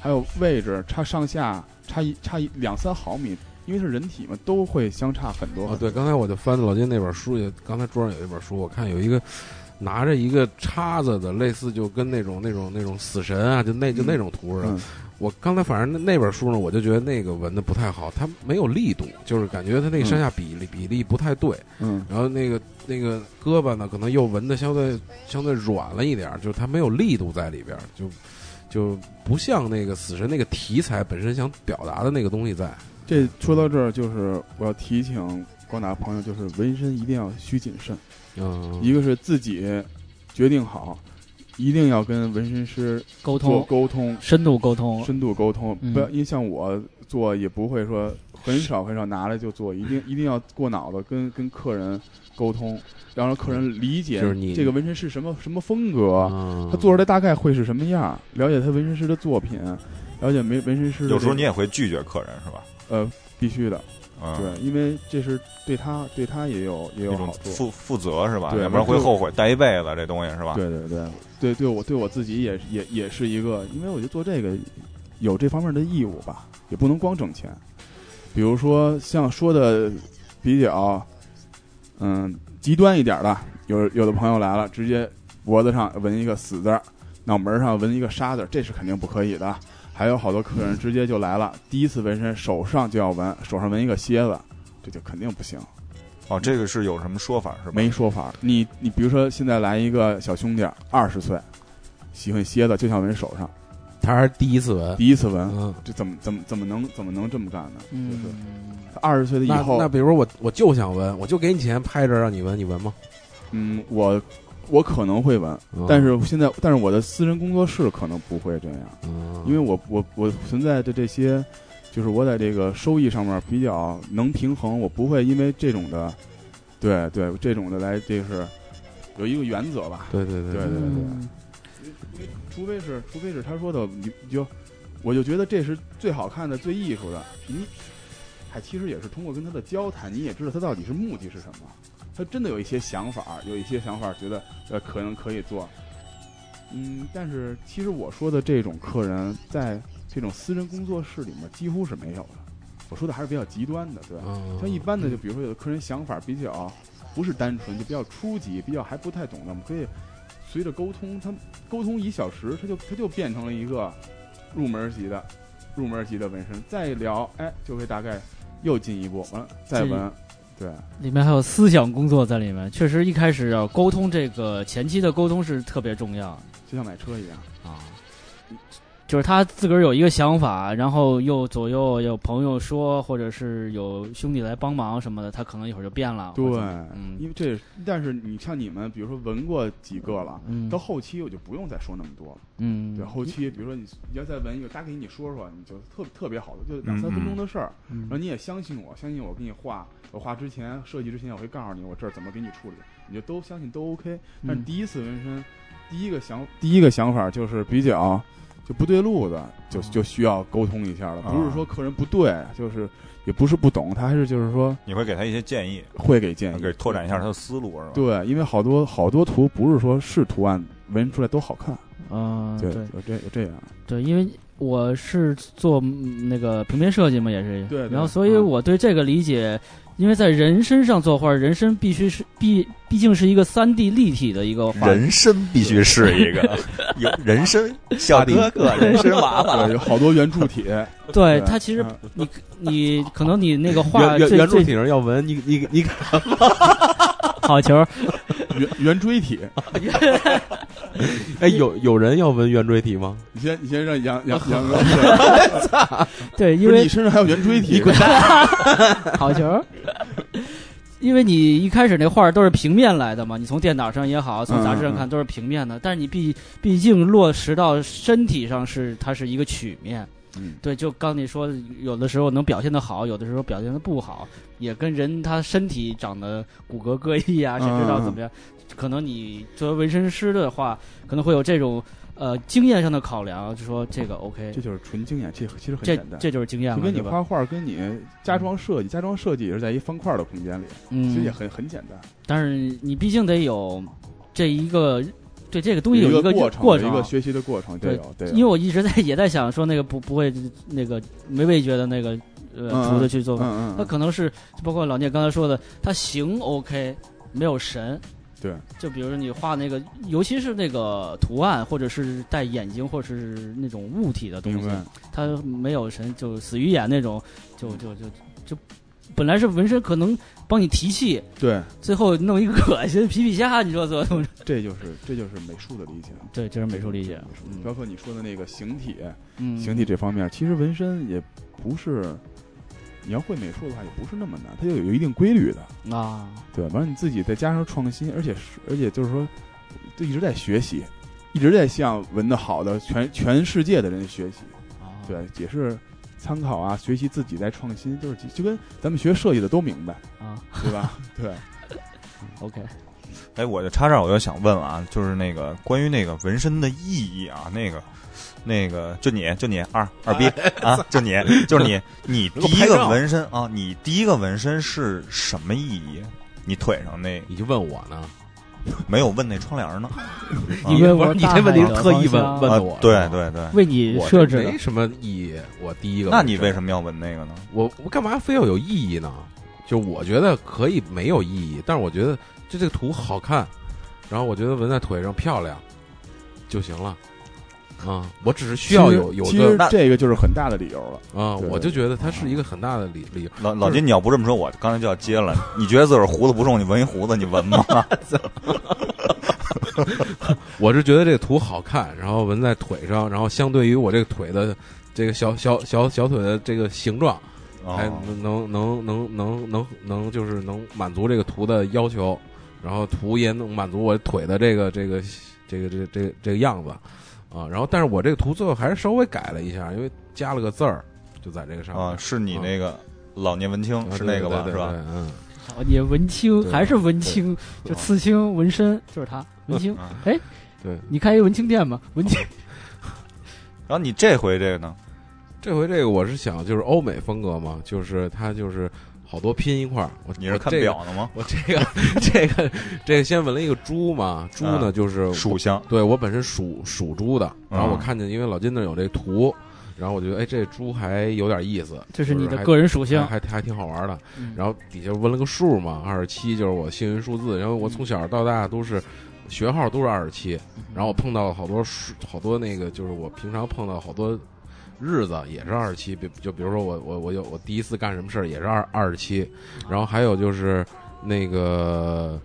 S4: 还有位置差上下差一差一两三毫米，因为是人体嘛，都会相差很多
S1: 哦，。对，刚才我就翻老金那本书，也刚才桌上有一本书，我看有一个拿着一个叉子的，类似就跟那种那种那种死神啊，就那就那种图似的。
S4: 嗯，
S1: 我刚才反正那那本书呢，我就觉得那个纹的不太好，它没有力度，就是感觉它那个上下比例、比例不太对。
S4: 嗯，
S1: 然后那个那个胳膊呢，可能又纹的相对相对软了一点儿，就是它没有力度在里边儿，就就不像那个死神那个题材本身想表达的那个东西在。
S4: 这说到这儿，就是我要提醒广大朋友，就是纹身一定要需谨慎。
S1: 嗯，
S4: 一个是自己决定好，一定要跟纹身师
S2: 沟
S4: 做
S2: 通
S4: 沟通，
S2: 深度沟通，
S4: 深度沟通。
S2: 嗯
S4: 不要，因为像我做也不会说很少很少拿来就做，一定一定要过脑子跟跟客人沟通，然后让客人理解
S1: 就是你
S4: 这个纹身是什么什么风格，
S1: 啊
S4: 他做出来大概会是什么样儿，了解他纹身师的作品，了解没纹身师的
S3: 有时候
S4: 这
S3: 你也会拒绝客人是吧？
S4: 呃必须的，
S3: 嗯，
S4: 对，因为这是对他对他也有也有
S3: 一种
S4: 好处。
S3: 负负责是吧？
S4: 对
S3: 要不然会后悔，带一辈子这东西是吧？
S4: 对对对，对对我对我自己也是也也是一个，因为我觉得做这个有这方面的义务吧，也不能光挣钱。比如说像说的比较，嗯，极端一点的，有有的朋友来了，直接脖子上纹一个死字儿，脑门上纹一个沙字儿，这是肯定不可以的。还有好多客人直接就来了，第一次纹身手上就要纹，手上纹一个蝎子，这就肯定不行。
S3: 哦，这个是有什么说法是吧？
S4: 没说法儿。你你比如说，现在来一个小兄弟，二十岁，喜欢蝎子，就想纹手上，
S1: 他还是第一次闻，
S4: 第一次纹，
S1: 嗯，
S4: 这怎么怎么怎么能怎么能这么干呢？就是
S2: 嗯，
S4: 二十岁的以
S1: 那
S4: 后
S1: 那，比如我我就想闻，我就给你钱拍着让你闻，你闻吗？
S4: 嗯，我我可能会纹，
S1: 嗯
S4: 但是现在，但是我的私人工作室可能不会这样，
S1: 嗯
S4: 因为我我我存在的这些，就是我在这个收益上面比较能平衡，我不会因为这种的，对对，这种的来就是有一个原则吧，
S1: 对对对
S4: 对对
S2: 嗯
S4: 对除非是，除非是他说的，你你就，我就觉得这是最好看的、最艺术的。你，还其实也是通过跟他的交谈，你也知道他到底是目的是什么。他真的有一些想法，有一些想法觉得呃可能可以做，嗯，但是其实我说的这种客人，在这种私人工作室里面几乎是没有的。我说的还是比较极端的，对吧？
S1: 嗯
S4: 像一般的，就比如说有的客人想法比较不是单纯，就比较初级，比较还不太懂的，我们可以随着沟通，他沟通一小时，他就他就变成了一个入门级的入门级的纹身。再聊，哎，就会大概又进一步，完了再
S2: 这
S4: 纹，对
S2: 里面还有思想工作在里面，确实一开始要沟通，这个前期的沟通是特别重要
S4: 就像买车一样，
S2: 啊。就是他自个儿有一个想法，然后又左右有朋友说，或者是有兄弟来帮忙什么的，他可能一会儿就变了。
S4: 对
S2: 或者怎么样，嗯
S4: 因为这但是你像你们，比如说纹过几个了。
S2: 嗯
S4: 到后期我就不用再说那么多了。
S2: 嗯，
S4: 对，后期比如说你你要再纹一个，大概你说说，你就特特别好的，就两
S3: 嗯
S4: 三分
S3: 嗯
S4: 钟的事儿。
S2: 嗯
S4: 然后你也相信我，相信我给你画，我画之前设计之前我会告诉你我这儿怎么给你处理，你就都相信都 OK。但是
S2: 嗯
S4: 第一次纹身，第一个想第一个想法就是比较就不对路的，就
S3: 哦
S2: 啊
S4: 就需要沟通一下了。
S3: 啊
S4: 不是说客人不对，就是也不是不懂，他还是就是说
S3: 你会给他一些建议，
S4: 会给建
S3: 给
S4: 议，
S3: 拓展一下他的思路是吧？
S4: 对，因为好多好多图不是说是图案纹出来都好看，
S2: 嗯，
S4: 对，
S2: 对
S4: 有这有这样，
S2: 对，因为我是做嗯那个平面设计嘛，也是，
S4: 对对
S2: 然后所以
S4: 嗯
S2: 我对这个理解，因为在人身上做画，人身必须是毕毕竟是一个三 D 立体的一个画，
S3: 人参必须是一个 有人参小哥哥， 人参娃娃
S4: 对，有好多圆柱体。
S2: 对它其实
S4: 嗯
S2: 你可能你那个画
S1: 原原
S2: 最
S1: 原著
S2: 最
S1: 体上要闻，你你你
S2: 好球儿，
S4: 圆圆锥体，
S1: 哎，有有人要闻圆锥体吗？
S4: 你先你先让杨 杨杨哥说，
S2: 对，因
S4: 不是
S2: 为
S4: 你身上还有圆锥体，
S2: 好球儿。 因为你一开始那画儿都是平面来的嘛，你从电脑上也好，从杂志
S4: 嗯
S2: 上看都是平面的，但是你毕毕竟落实到身体上是它是一个曲面，
S4: 嗯，
S2: 对，就刚你说，有的时候能表现的好，有的时候表现的不好，也跟人他身体长得骨骼各异啊，谁知道怎么样？
S4: 嗯
S2: 可能你作为纹身师的话，可能会有这种呃经验上的考量，就说这个 OK，
S4: 这就是纯经验，这其实很
S2: 这
S4: 简单。
S2: 这就是经验
S4: 就
S2: 了，
S4: 跟你
S2: 对吧？嗯
S4: 画画，跟你家装设计，家装设计也是在一方块的空间里，其实也
S2: 嗯，
S4: 很很简单。
S2: 但是你毕竟得有这一个对这个东西
S4: 有
S2: 有
S4: 一个
S2: 过
S4: 过
S2: 程，啊
S4: 程，有一个学习的过程，
S2: 对
S4: 对有对有。
S2: 因为我一直在也在想说那个不不会那个没味觉的那个呃
S4: 嗯
S2: 厨子去做
S4: 嗯嗯
S2: 那
S4: 嗯，
S2: 可能是包括老聂刚才说的，他形 OK，没有神。
S4: 对，
S2: 就比如说你画那个，尤其是那个图案，或者是带眼睛，或者是那种物体的东
S4: 明
S2: 西，
S4: 白。
S2: 它没有神，就死鱼眼那种，就就就就，本来是纹身可能帮你提气，
S4: 对，
S2: 最后弄一个恶心皮皮虾，你说怎么？
S4: 这就是这就是美术的理解，
S2: 对，这是美术理解。
S4: 包括你说的那个形体，
S2: 嗯，
S4: 形体这方面，其实纹身也不是，你要会美术的话，也不是那么难，它就有一定规律的。
S2: 啊，
S4: 对，完了你自己再加上创新，而且是而且就是说，就一直在学习，一直在向纹的好的全全世界的人学习。
S2: 啊，
S4: 对，也是参考啊，学习自己在创新，就是就跟咱们学设计的都明白，
S2: 啊
S4: 对吧？对，
S1: 啊
S2: ，OK，
S3: 哎，我就插这儿，我就想问啊，就是那个关于那个纹身的意义啊，那个那个，就你就你二二逼啊，就你就是你，你第一个纹身啊，你第一个纹身是什么意义？你腿上那
S1: 你就问我呢？
S3: 没有问那窗帘呢？
S2: 因为
S1: 不
S2: 我
S1: 是你这问题是特意问问
S3: 啊
S1: 的我，，
S3: 对对对，
S2: 为你
S1: 我
S2: 设
S1: 这
S2: 置的
S1: 没什么意义。我第一个，
S3: 那你为什么要纹那个呢？
S1: 我我干嘛非要有意义呢？就我觉得可以没有意义，但是我觉得这这个图好看，然后我觉得纹在腿上漂亮就行了。啊、我只是需要有有
S4: 其
S1: 个
S4: 实这个就是很大的理由了。
S1: 啊、
S4: 对
S1: 我就觉得它是一个很大的理理由。
S3: 老老金，你要不这么说，我刚才就要接了。你觉得自个儿胡子不重，你纹一胡子，你 纹吗？
S1: 我是觉得这个图好看，然后纹在腿上，然后相对于我这个腿的这个小小小小腿的这个形状，还
S3: 哦
S1: 能能能能能能能就是能满足这个图的要求，然后图也能满足我腿的这个这个这个这个这个这个样子啊。然后，但是我这个图最后还是稍微改了一下，因为加了个字儿，就在这个上面。
S3: 啊，是你那个老年文青
S1: 嗯啊
S3: 是那个吧？
S1: 对对
S3: 是
S1: 对
S3: 吧？
S1: 对嗯，
S2: 哦你文青
S1: 对
S2: 还是文青，
S3: 对
S2: 就刺青纹身就是他 文青。
S3: 嗯
S2: 哎，
S1: 对。
S2: 你开一文青店吧，文
S1: 哦
S2: 青
S3: 然后你这回这个呢？
S1: 这回这个我是想就是欧美风格嘛，就是它就是好多拼一块儿。我
S3: 你是
S1: 我
S3: 看
S1: 这个
S3: 表呢吗？
S1: 我这个这个这个先纹了一个猪嘛，猪呢
S3: 嗯
S1: 就是
S3: 属相
S1: 对我本身属属猪的，然后我
S3: 嗯
S1: 看见因为老金那儿有这图，然后我觉得哎这猪还有点意思，
S2: 这是
S1: 就
S2: 你
S1: 还
S2: 的个人属性。
S1: 还还还挺好玩的。
S2: 嗯
S1: 然后底下纹了个数嘛，二十七就是我幸运数字，然后我从小到大都是。学号都是二十七，然后我碰到好多数，好多那个，就是我平常碰到好多日子也是二十七，比就比如说我我我有我第一次干什么事儿也是二二十七，然后还有就是那个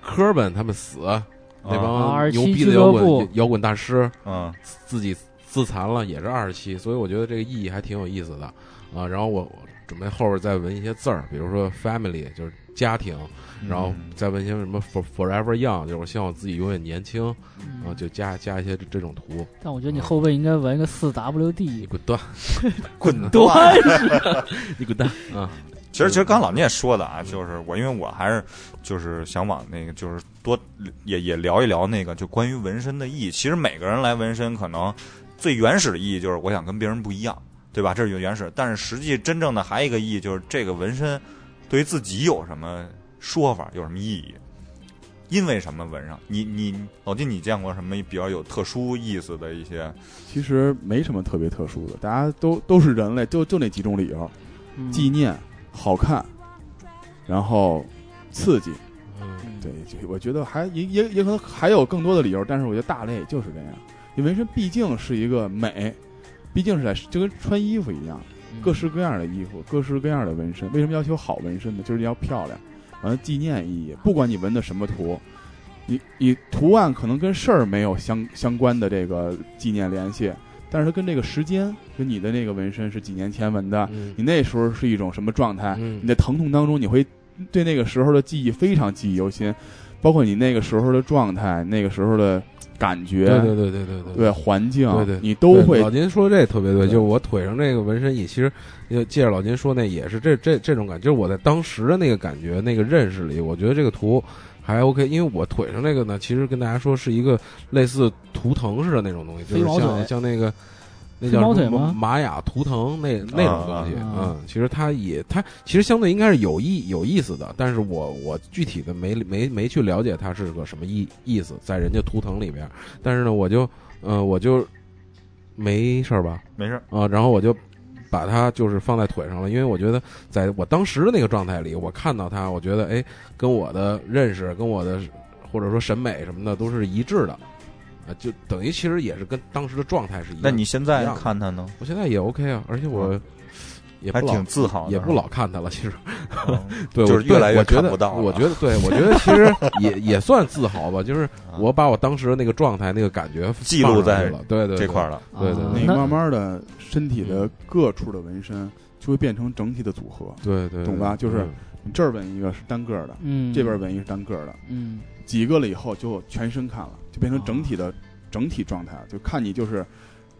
S1: 科本他们死那
S3: 啊
S1: 帮
S2: 27
S1: 牛逼的
S2: 俱
S1: 摇
S2: 乐
S1: 滚
S2: 部
S1: 摇滚大师，
S3: 嗯，
S1: 自己自残了，也是二十七，所以我觉得这个意义还挺有意思的啊。然后我我准备后边再纹一些字儿，比如说 family 就是家庭，然后
S3: 嗯
S1: 再纹一些什么 for forever young，就是我希望我自己永远年轻
S2: 嗯
S1: 啊，就加加一些这这种图。
S2: 但我觉得你后背应该纹个四 WD
S1: 你。滚蛋！
S3: 滚
S2: 多
S3: 蛋！
S2: 你滚蛋！
S1: 啊
S3: 其
S1: 嗯
S3: 实其实刚老聂说的啊，就是我因为我还是就是想往那个就是多也也聊一聊那个就关于纹身的意义。其实每个人来纹身，可能最原始的意义就是我想跟别人不一样，对吧？这是原始。但是实际真正的还有一个意义就是这个纹身对于自己有什么说法，有什么意义？因为什么纹上？你你老金，你见过什么比较有特殊意思的一些？
S4: 其实没什么特别特殊的，大家都都是人类，就就那几种理由：
S2: 嗯
S4: 纪念、好看，然后刺激。
S1: 嗯，
S4: 对，就我觉得还也也也可能还有更多的理由，但是我觉得大类就是这样。因为纹身毕竟是一个美，毕竟是在就跟穿衣服一样，各式各样的衣服，各式各样的纹身。为什么要求好纹身呢？就是要漂亮，完了纪念意义。不管你纹的什么图，你你图案可能跟事儿没有相相关的这个纪念联系，但是它跟这个时间，跟你的那个纹身是几年前纹的，
S1: 嗯
S4: 你那时候是一种什么状态？
S1: 嗯
S4: 你在疼痛当中，你会对那个时候的记忆非常记忆犹新，包括你那个时候的状态，那个时候的感觉，
S1: 对对对对对对
S4: 对环境，
S1: 对对
S4: 你都
S1: 对
S4: 会
S1: 老金说这特别对，
S4: 对
S1: 就是我腿上这个纹身也，其实就借着老金说那也是这这这种感觉，就是我在当时的那个感觉、那个认识里，我觉得这个图还 OK，因为我腿上这个呢，其实跟大家说是一个类似图腾似的那种东西，就
S2: 飞
S1: 是
S2: 毛
S1: 像
S2: 腿
S1: 像那个。那
S2: 飞
S1: 叫
S2: 毛
S1: 什
S2: 腿
S1: 么
S2: 吗
S1: 玛雅图腾那那种东西，
S2: 啊
S1: 嗯，其实它也它其实相对应该是有意有意思的，但是我我具体的没没没去了解它是个什么意意思，在人家图腾里边，但是呢，我就呃我就没事儿吧？
S3: 没事儿，
S1: 啊，然后我就把它就是放在腿上了，因为我觉得在我当时的那个状态里，我看到它，我觉得哎，跟我的认识、跟我的或者说审美什么的都是一致的，啊，就等于其实也是跟当时的状态嗯是一样的。
S3: 那你现在看他呢，
S1: 我现在也 OK 啊，而且我也不
S3: 还
S1: 老
S3: 挺自豪的，啊
S1: 也不老看它了，其实。
S3: 是吧。
S1: 对，
S3: 就是
S1: 我
S3: 越来越
S1: 我觉
S3: 看
S1: 得
S3: 不到了
S1: 我觉得，对我觉得其实也 也算自豪吧，就是
S3: 啊
S1: 我把我当时的那个状态、那个感觉
S3: 记录
S1: 放上去
S3: 在
S1: 了，对对
S3: 这块
S1: 儿。
S3: 儿了。
S1: 对对
S2: 啊
S1: 对
S4: 你
S2: 那
S4: 慢慢的身体
S1: 嗯
S4: 的各处的纹身就会变成整体的组合。
S1: 对对，对
S4: 懂吧就是
S1: 嗯
S4: 你这儿纹一个是单个儿的，
S2: 嗯
S4: 这边纹一个是单个儿的，
S2: 嗯
S4: 几个了以后就全身看了，就变成整体的、
S1: 哦
S4: 整体状态了，就看你就是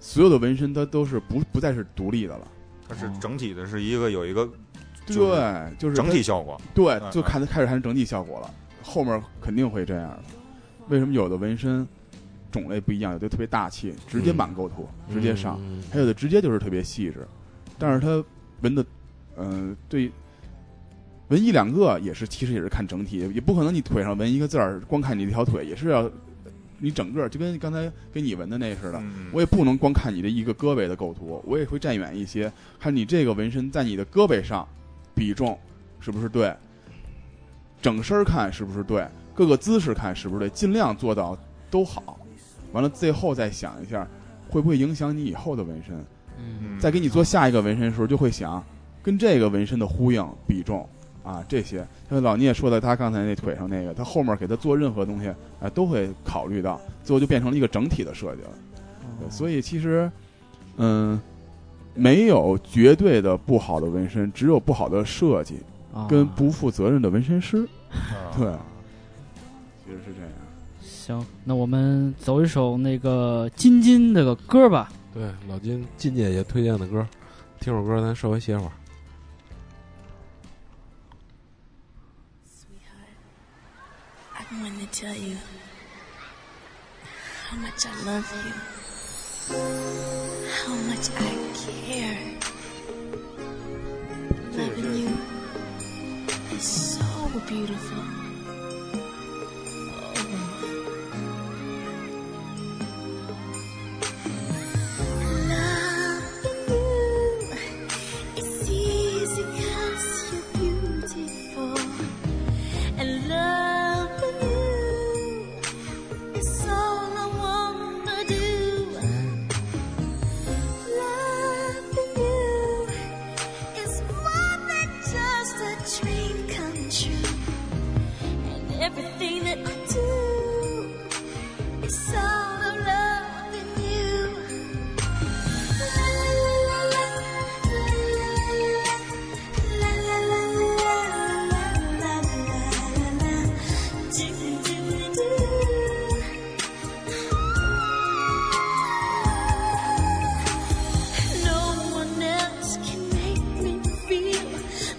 S4: 所有的纹身它都是不不再是独立的了，
S3: 它是整体的是一个有一个就是
S4: 对，就是它
S3: 整体效果。
S4: 对
S3: 嗯，
S4: 就
S3: 嗯
S4: 看它开始看整体效果了，后面肯定会这样的。为什么有的纹身种类不一样，有的特别大气，直
S3: 嗯
S4: 接满构图，直接上；
S1: 嗯
S4: 还有的直接就是特别细致，但是它纹的，嗯、对，纹一两个也是，其实也是看整体，也不可能你腿上纹一个字儿，光看你这条腿也是要你整个，就跟刚才给你纹的那似的，
S3: 嗯，
S4: 我也不能光看你的一个胳膊的构图，我也会站远一些，看你这个纹身在你的胳膊上比重是不是对，整身儿看是不是对，各个姿势看是不是对，尽量做到都好。完了，最后再想一下，会不会影响你以后的纹身？
S2: 嗯
S3: 嗯
S4: 在给你做下一个纹身的时候，就会想跟这个纹身的呼应比重啊这些。像老聂说的，他刚才那腿上那个，他后面给他做任何东西啊、都会考虑到，最后就变成了一个整体的设计了。
S2: 嗯
S4: 对所以其实，嗯，没有绝对的不好的纹身，只有不好的设计
S2: 啊
S4: 跟不负责任的纹身师。
S3: 啊
S4: 对，其实是这样。
S2: 行，那我们走一首那个金金这个歌吧。
S1: 对老金金姐姐推荐的歌，听首歌咱稍微歇会儿。
S5: Sweetheart, I am wanting to tell you how much I love you, how much I care. Loving you is so beautiful. Oh. Loving you is easy 'cause you're beautiful. And loving you is all I wanna do. Loving you is more than just a dream come true. And everything that I do is all of loving you. La la la la la la. La la la la la la la la do do do. No one else can make me feel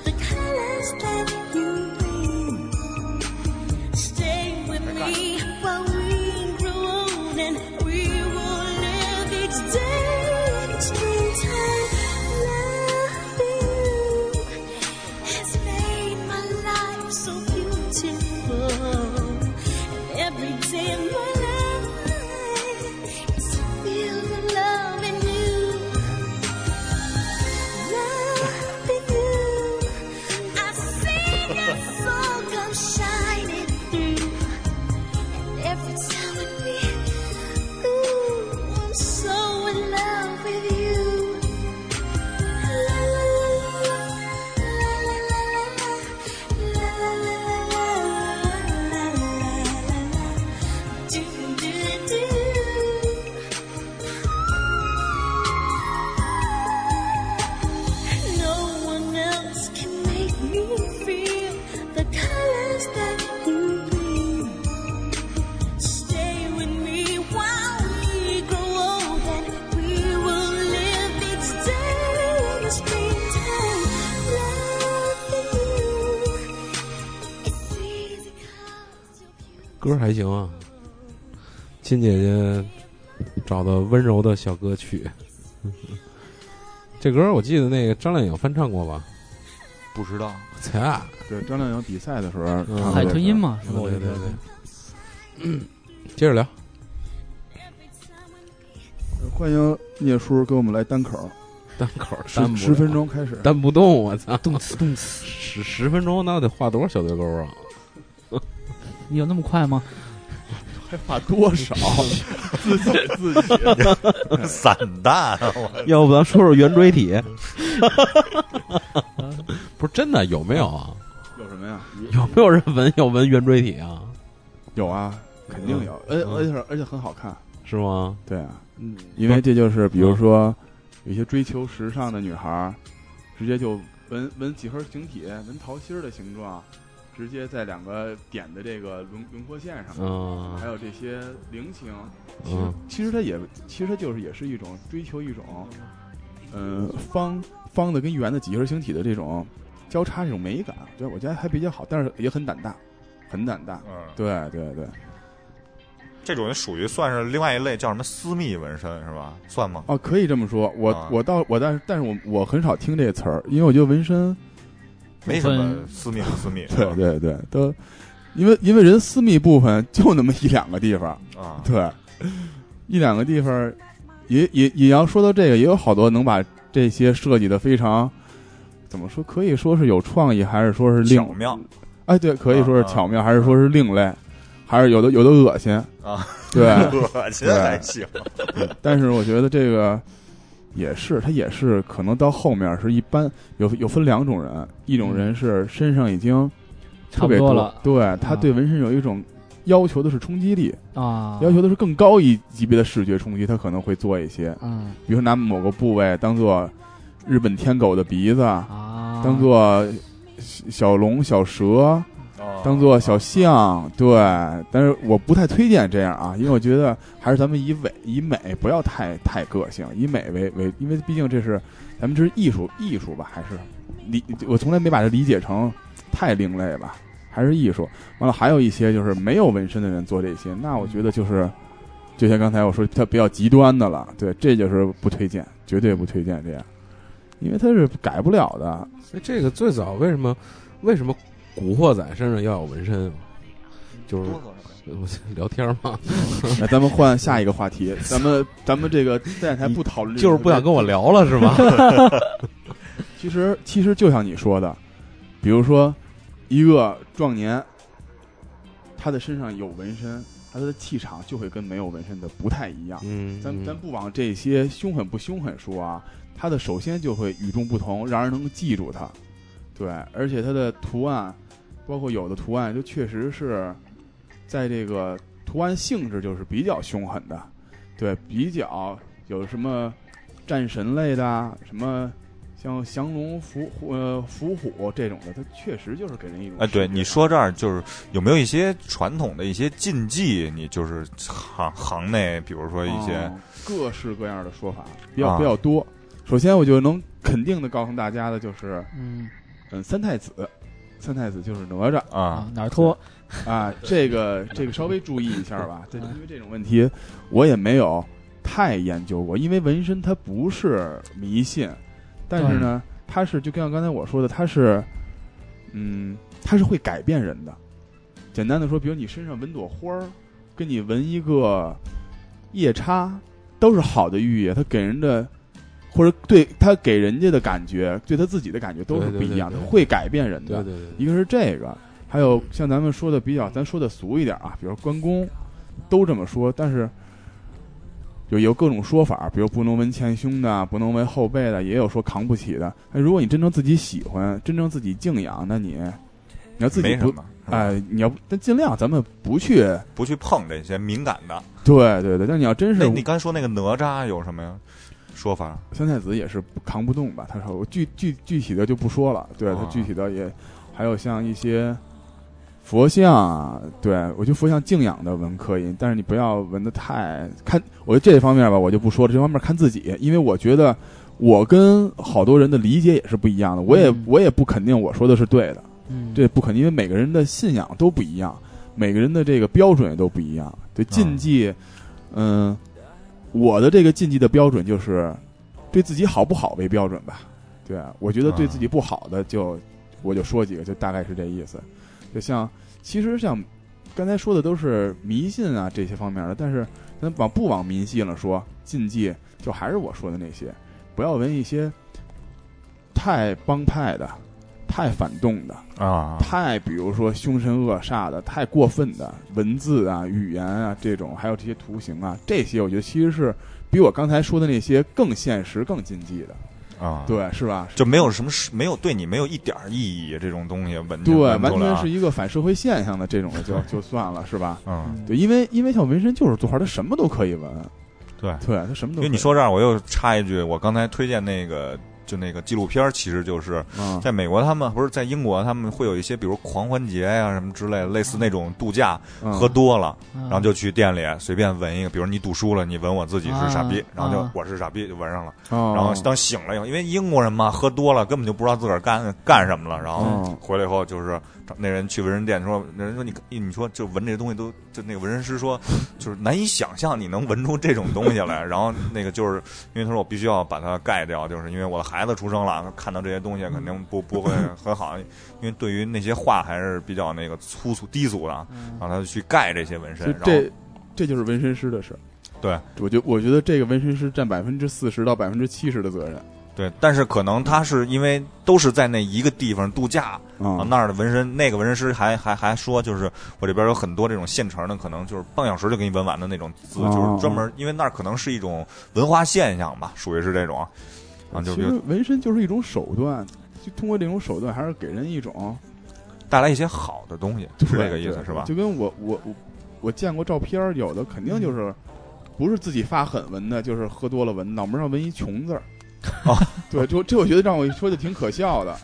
S5: the colors that you bring. Stay with me while we grow old, and we will live each day. Springtime loving you has made my life so beautiful. And every day of my life is filled with loving you. Loving you. I see your soul come shining through. And every time I feel, ooh, I'm so in love with you. No one else can make me feel the colors that you bring. Stay with me while we grow old and we will live each day in springtime. Loving you. It's easy 'cause you're beautiful.
S1: 歌还行啊，金姐姐找的温柔的小歌曲。这歌我记得那个张靓颖翻唱过吧？
S3: 不知道，
S1: 才啊，
S4: 对，张靓颖比赛的时候唱过这首歌，
S2: 海豚音嘛，是吧？
S1: 对
S2: 我
S1: 对
S2: 觉
S1: 对
S2: 得
S1: 对。接着聊，
S5: Every time I feel
S4: 欢迎聂叔给我们来单口，
S1: 单口儿
S4: 十
S1: 单
S4: 十分钟开始。
S1: 单不动，我操，
S2: 动词动词，
S1: 十十分钟那得画多少小对勾 啊？
S2: 你有那么快吗？
S4: 还画多少？自己 自己，
S3: 散弹，我
S6: 要不咱说说圆锥体？
S1: 不是真的有没有啊？
S4: 有什么呀？
S1: 有没有人纹要纹圆锥体啊？
S4: 有啊，肯定有，哎而而且而且很好看。
S1: 是吗？
S4: 对啊，因为这就是比如说，有一些追求时尚的女孩儿，直接就纹纹几何形体，纹桃心儿的形状，直接在两个点的这个轮轮廓线上，
S1: 嗯
S4: 还有这些菱形，其实
S1: 嗯
S4: 其实它也其实它就是也是一种追求一种呃
S1: 嗯
S4: 方方的跟圆的几何形体的这种交叉这种美感，对我觉得还比较好，但是也很胆大，很胆大。
S3: 嗯，
S4: 对对对，
S3: 这种属于算是另外一类，叫什么私密纹身是吧？算吗？
S4: 哦，可以这么说。我、
S3: 啊
S4: 我倒我但是但是我我很少听这个词儿，因为我觉得纹身，
S3: 没什么私密不私密， 是
S4: 对
S3: 吧
S4: 对对，都因为因为人私密部分就那么一两个地方，
S3: 啊，
S4: 对，一两个地方，也也也要说到这个，也有好多能把这些设计的非常，怎么说，可以说是有创意，还是说是另
S3: 巧妙
S4: 哎，对，可以说是巧妙，还是说是另类，还是有的有的恶心
S3: 啊，
S4: 对，
S3: 恶心还行，
S4: 但是我觉得这个也是，他也是可能到后面是一般有有分两种人，一种人是身上已经
S2: 嗯差
S4: 特
S2: 不
S4: 别
S2: 多
S4: 多
S2: 了
S4: 对他对纹身有一种要求的是冲击力，
S2: 啊，
S4: 要求的是更高一级别的视觉冲击，他可能会做一些，
S2: 嗯
S4: 比如说拿某个部位当做日本天狗的鼻子，
S2: 啊，
S4: 当做小小龙、小蛇，
S3: 啊
S4: 当做小象，对，但是我不太推荐这样啊，因为我觉得还是咱们以美以美不要太太个性，以美为为，因为毕竟这是咱们这是艺术艺术吧，还是理我从来没把它理解成太另类吧，还是艺术。完了，还有一些就是没有纹身的人做这些，那我觉得就是就像刚才我说，它比较极端的了，对，这就是不推荐，绝对不推荐这样，因为它是改不了的，
S1: 所以哎这个最早为什么为什么古惑仔身上要有纹身啊？就是呃聊天嘛，
S4: 那咱们换下一个话题，咱们咱们这个电台不讨论这个，
S1: 就是不想跟我聊了是吗？
S4: 其实其实就像你说的，比如说一个壮年，他的身上有纹身，他的气场就会跟没有纹身的不太一样。
S1: 嗯，
S4: 咱咱
S1: 嗯
S4: 不往这些凶狠不凶狠说啊，他的首先就会与众不同，让人能记住他。对，而且他的图案，包括有的图案，就确实是在这个图案性质就是比较凶狠的，对，比较有什么战神类的啊，什么像降龙伏虎呃伏虎这种的，它确实就是给人一种
S3: 哎，对，
S4: 视觉
S3: 你说这儿就是有没有一些传统的一些禁忌？你就是行行内，比如说一些、
S4: 哦各式各样的说法比较、
S3: 啊
S4: 比较多。首先，我就能肯定的告诉大家的就是，
S2: 嗯
S4: 嗯，三太子，三太子就是哪吒
S2: 啊
S3: 啊，
S2: 哪儿脱
S4: 啊，这个这个稍微注意一下 吧。对，因为这种问题我也没有太研究过，因为纹身它不是迷信，但是呢，它是就像刚才我说的，它是，嗯，它是会改变人的。简单的说，比如你身上纹朵花儿，跟你纹一个夜叉，都是好的寓意，它给人的。或者对他给人家的感觉，对他自己的感觉都是
S1: 对对
S4: 不一样的，
S1: 对对
S4: 它会改变人的。
S1: 对对对
S4: 一个是这个，还有像咱们说的比较，咱说的俗一点啊，比如关公，都这么说，但是有有各种说法，比如不能纹前胸的，不能纹后背的，也有说扛不起的。那如果你真正自己喜欢，真正自己敬仰，那你你要自己
S3: 没什
S4: 不
S3: 么，
S4: 哎、你要但尽量咱们不去，
S3: 不去碰这些敏感的。
S4: 对对对，但你要真
S3: 那
S4: 是
S3: 你刚才说那个哪吒有什么呀？说法
S4: 三太子也是扛不动吧？他说我具具具体的就不说了，对
S3: 啊
S4: 他具体的也还有像一些佛像啊，对我觉得佛像敬仰的纹可以，但是你不要纹的太看，我觉得这方面吧，我就不说了，这方面看自己，因为我觉得我跟好多人的理解也是不一样的，我也、
S2: 嗯
S4: 我也不肯定我说的是对的，
S2: 嗯
S4: 这不肯定，因为每个人的信仰都不一样，每个人的这个标准也都不一样。对禁忌，嗯、我的这个禁忌的标准就是对自己好不好为标准吧。对，我觉得对自己不好的就、我就说几个，就大概是这意思。就像其实像刚才说的都是迷信啊这些方面的，但是咱往不往迷信了说，禁忌就还是我说的那些，不要纹一些太帮派的、太反动的。
S3: 啊，
S4: 太比如说凶神恶煞的、太过分的文字啊、语言啊这种，还有这些图形啊，这些我觉得其实是比我刚才说的那些更现实、更禁忌的，
S3: 啊，，
S4: 对，是吧？
S3: 就没有什么事没有对你没有一点儿意义这种东西闻
S4: 对，
S3: 着闻
S4: 完
S3: 出来
S4: 全
S3: 啊
S4: 是一个反社会现象的这种的就就算了，是吧？
S3: 嗯，
S4: 对，因为因为像纹身就是做法，它什么都可以纹，
S3: 对
S4: 对，它什么
S3: 因
S4: 都可
S3: 为
S4: 以
S3: 你说这儿，我又插一句，我刚才推荐那个。就那个纪录片儿，其实就是
S4: 嗯
S3: 在美国他们不是在英国他们会有一些，比如狂欢节呀、什么之类的，类似那种度假，
S4: 嗯
S3: 喝多了，
S2: 然
S3: 然后就去店里随便闻一个，比如你赌输了，你闻我自己是傻逼
S2: 啊，
S3: 然后
S4: 嗯
S3: 就
S2: 啊
S3: 我是傻逼就闻上了，
S4: 哦
S3: 然后当醒了以后，因为英国人嘛，喝多了根本就不知道自个儿干干什么了，然后
S4: 嗯
S3: 回来以后就是找那人去纹身店说，那人说你你说就闻这东西都就那个纹身师说，就是难以想象你能闻出这种东西来， 然后那个就是因为他说我必须要把它盖掉，就是因为我的孩子出生了，看到这些东西肯定不不会很好，因为对于那些话还是比较那个粗俗低俗的，
S2: 嗯
S3: 然后
S4: 啊
S3: 他就去盖这些纹身，
S4: 这
S3: 然后
S4: 这这就是纹身师的事儿。
S3: 对，
S4: 我觉我觉得这个纹身师占百分之四十到百分之七十的责任
S3: 对，但是可能他是因为都是在那一个地方度假啊
S4: 啊，
S3: 那儿的纹身，那个纹身师还还还说，就是我这边有很多这种现成的，可能就是半小时就给你纹完的那种字，
S4: 哦
S3: 就是专门，因为那儿可能是一种文化现象吧，属于是这种啊，就
S4: 其
S3: 是
S4: 实纹身就是一种手段，就通过这种手段还是给人一种
S3: 带来一些好的东西，是
S4: 对
S3: 这个意思
S4: 对
S3: 是吧？
S4: 就跟我我我我见过照片儿，有的肯定
S2: 嗯
S4: 就是不是自己发狠纹的，就是喝多了纹，脑门上纹一穷字儿。
S3: 哦，
S4: 对，就这我觉得让我一说就挺可笑的，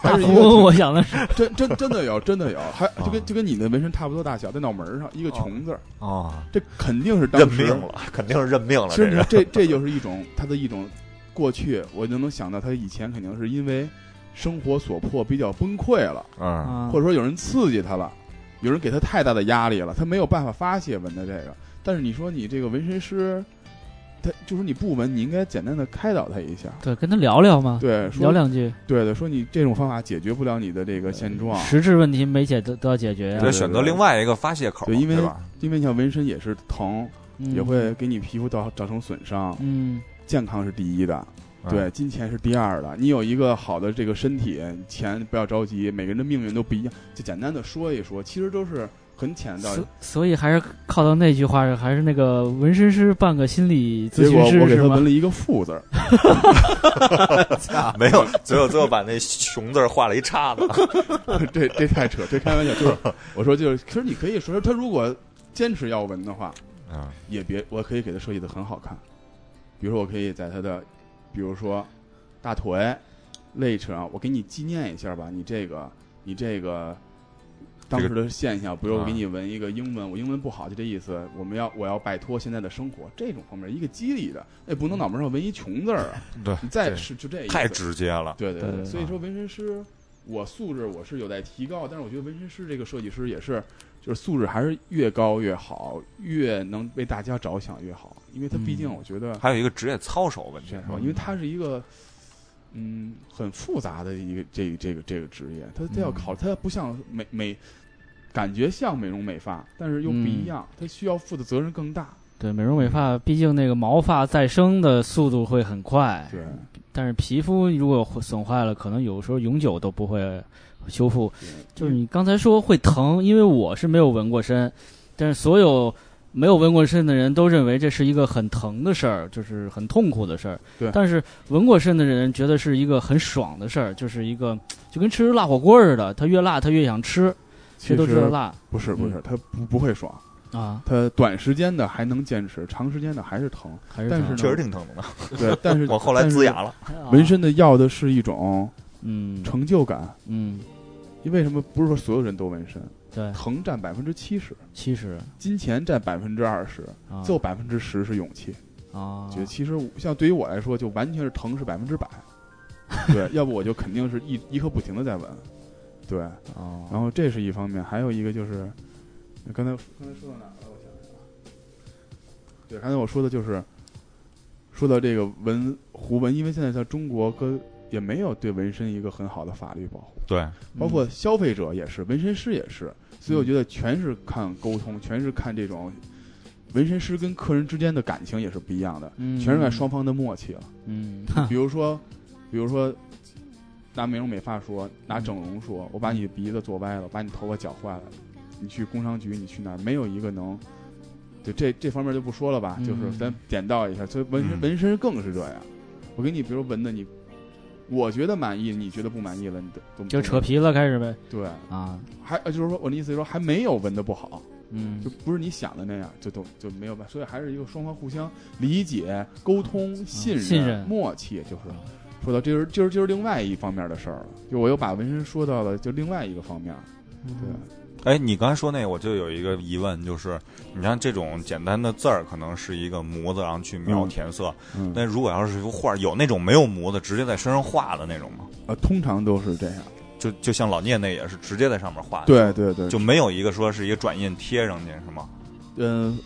S4: 还是一
S2: 我
S4: 个
S2: 我想的是，
S4: 真真真的有真的有，还就跟就跟你的纹身差不多大小，在脑门儿上一个穷字儿，
S3: 哦，
S4: 这肯定是
S3: 认
S4: 当时
S3: 命了，肯定是认命了，这
S4: 甚至
S3: 人
S4: 这这就是一种他的一种过去，我就能想到他以前肯定是因为生活所迫比较崩溃了，
S3: 嗯，
S2: 啊
S4: 或者说有人刺激他了，有人给他太大的压力了，他没有办法发泄纹的这个。但是你说你这个纹身师，他就说你不纹，你应该简单的开导他一下。
S2: 对，跟他聊聊嘛，
S4: 对，
S2: 聊
S4: 说
S2: 两句，
S4: 对的，说你这种方法解决不了你的这个现状，
S2: 实质问题没解得得到解决呀
S3: 得，选择另外一个发泄口，
S4: 对因为
S3: 吧？嗯
S4: 因为像纹身也是疼，
S2: 嗯
S4: 也会给你皮肤造造成损伤，
S2: 嗯
S4: 健康是第一的，
S3: 嗯
S4: 对，金钱是第二的。你有一个好的这个身体，钱不要着急，每个人的命运都不一样。就简单的说一说，其实都是很浅的道理
S2: 所。所以还是靠到那句话，还是那个纹身师办个心理咨
S4: 结果
S2: 询
S4: 我
S2: 师
S4: 给
S2: 是
S4: 他
S2: 吗
S4: 纹？了一个“负”字儿，
S3: 啊没有，最后最后把那穷字儿画了一叉子，
S4: 这这太扯，这开玩笑。就是我说就是，其实你可以说，他如果坚持要纹的话，
S3: 嗯
S4: 也别，我可以给他设计的很好看。比如说，我可以在他的，比如说大腿、肋上，我给你纪念一下吧。你这个，你这个当时的现象，比如
S3: 啊
S4: 我给你纹一个英文，我英文不好，就这意思。我们要，我要摆脱现在的生活这种方面，一个激励的，哎，不能脑门上纹一穷字儿啊！
S3: 对，
S4: 你再
S3: 对
S4: 是就这意思，
S3: 太直接了，
S4: 对对
S2: 对啊
S4: 对，
S2: 对
S4: 所以说纹身师，我素质我是有待提高，但是我觉得纹身师这个设计师也是，就是素质还是越高越好，越能为大家着想越好，因为他毕竟
S2: 嗯
S4: 我觉得，
S3: 还有一个职业操守问题
S4: 这，样说，因
S2: 啊
S4: 为他是一个。嗯，很复杂的一个这个这个这个职业，他他要
S2: 嗯
S4: 考，他不像美美，感觉像美容美发，但是又不
S2: 嗯
S4: 一样，他需要负的责任更大。
S2: 对，美容美发，毕竟那个毛发再生的速度会很快，
S4: 对，
S2: 但是皮肤如果损坏了，可能有时候永久都不会修复。
S4: 嗯
S2: 就是你刚才说会疼，因为我是没有纹过身，但是所有没有纹过身的人都认为这是一个很疼的事儿，就是很痛苦的事儿。
S4: 对
S2: 但是纹过身的人觉得是一个很爽的事儿，就是一个就跟吃辣火锅似的，他越辣他越想吃，
S4: 其
S2: 谁都知道嗯
S4: 实
S2: 辣
S4: 不是不是，他不不会爽，
S2: 啊，
S4: 他短时间的还能坚持，长时间的还是疼。
S2: 还是
S4: 但
S2: 疼
S4: 是呢
S3: 确实挺疼的呢。
S4: 对，但是
S3: 我后来呲牙，了，
S4: 但是纹，身的要的是一种
S2: 啊嗯
S4: 成就感。
S2: 嗯，
S4: 因为什么？不是说所有人都纹身，
S2: 对，
S4: 疼占百分之七十，
S2: 七十
S4: 金钱占百分之二十，
S2: 啊，
S4: 最后百分之十是勇气。
S2: 啊，
S4: 觉得其实我像对于我来说，就完全是疼是百分 之百，对，要不我就肯定是一一刻不停的在纹，对。
S2: 哦
S4: 然后这是一方面，还有一个就是刚才刚才说到哪儿了？我想想啊，对，刚才我说的就是说到这个纹胡纹，因为现在在中国跟也没有对纹身一个很好的法律保护，
S3: 对，
S4: 包括消费者也是，纹身师也是，所以我觉得全是看沟通，全是看这种纹身师跟客人之间的感情也是不一样的，
S2: 嗯
S4: 全是看双方的默契了。
S2: 嗯
S4: 比如说，比如说，拿美容美发说，拿整容说，我把你的鼻子做歪了，把你头发绞坏了，你去工商局，你去哪儿，没有一个能，就这这方面就不说了吧，
S2: 嗯
S4: 就是咱点到一下，所以纹身
S3: 嗯
S4: 纹身更是这样，我给你，比如纹的你，我觉得满意，你觉得不满意了，你都都
S2: 就扯，皮了开始呗
S4: 都对，
S2: 啊，
S4: 还呃就是说我的意思是说还没有纹的不好，
S2: 嗯
S4: 就不是你想的那样，就都就没有嗯办法，所以还是一个双方互相理解、沟通、信任、
S2: 信任
S4: 默契，就是。说到这是就是就是另外一方面的事儿了，就我又把纹身说到了就另外一个方面，对，
S3: 哎，你刚才说那个，我就有一个疑问，就是你像这种简单的字儿，可能是一个模子，然后去描
S4: 嗯
S3: 填色。
S4: 嗯，
S3: 但如果要是幅画，有那种没有模子，直接在身上画的那种吗？
S4: 呃，通常都是这样，
S3: 就就像老聂那也是直接在上面画的，，
S4: 对对对，
S3: 就没有一个说是一个转印贴上去，是吗？
S4: 嗯，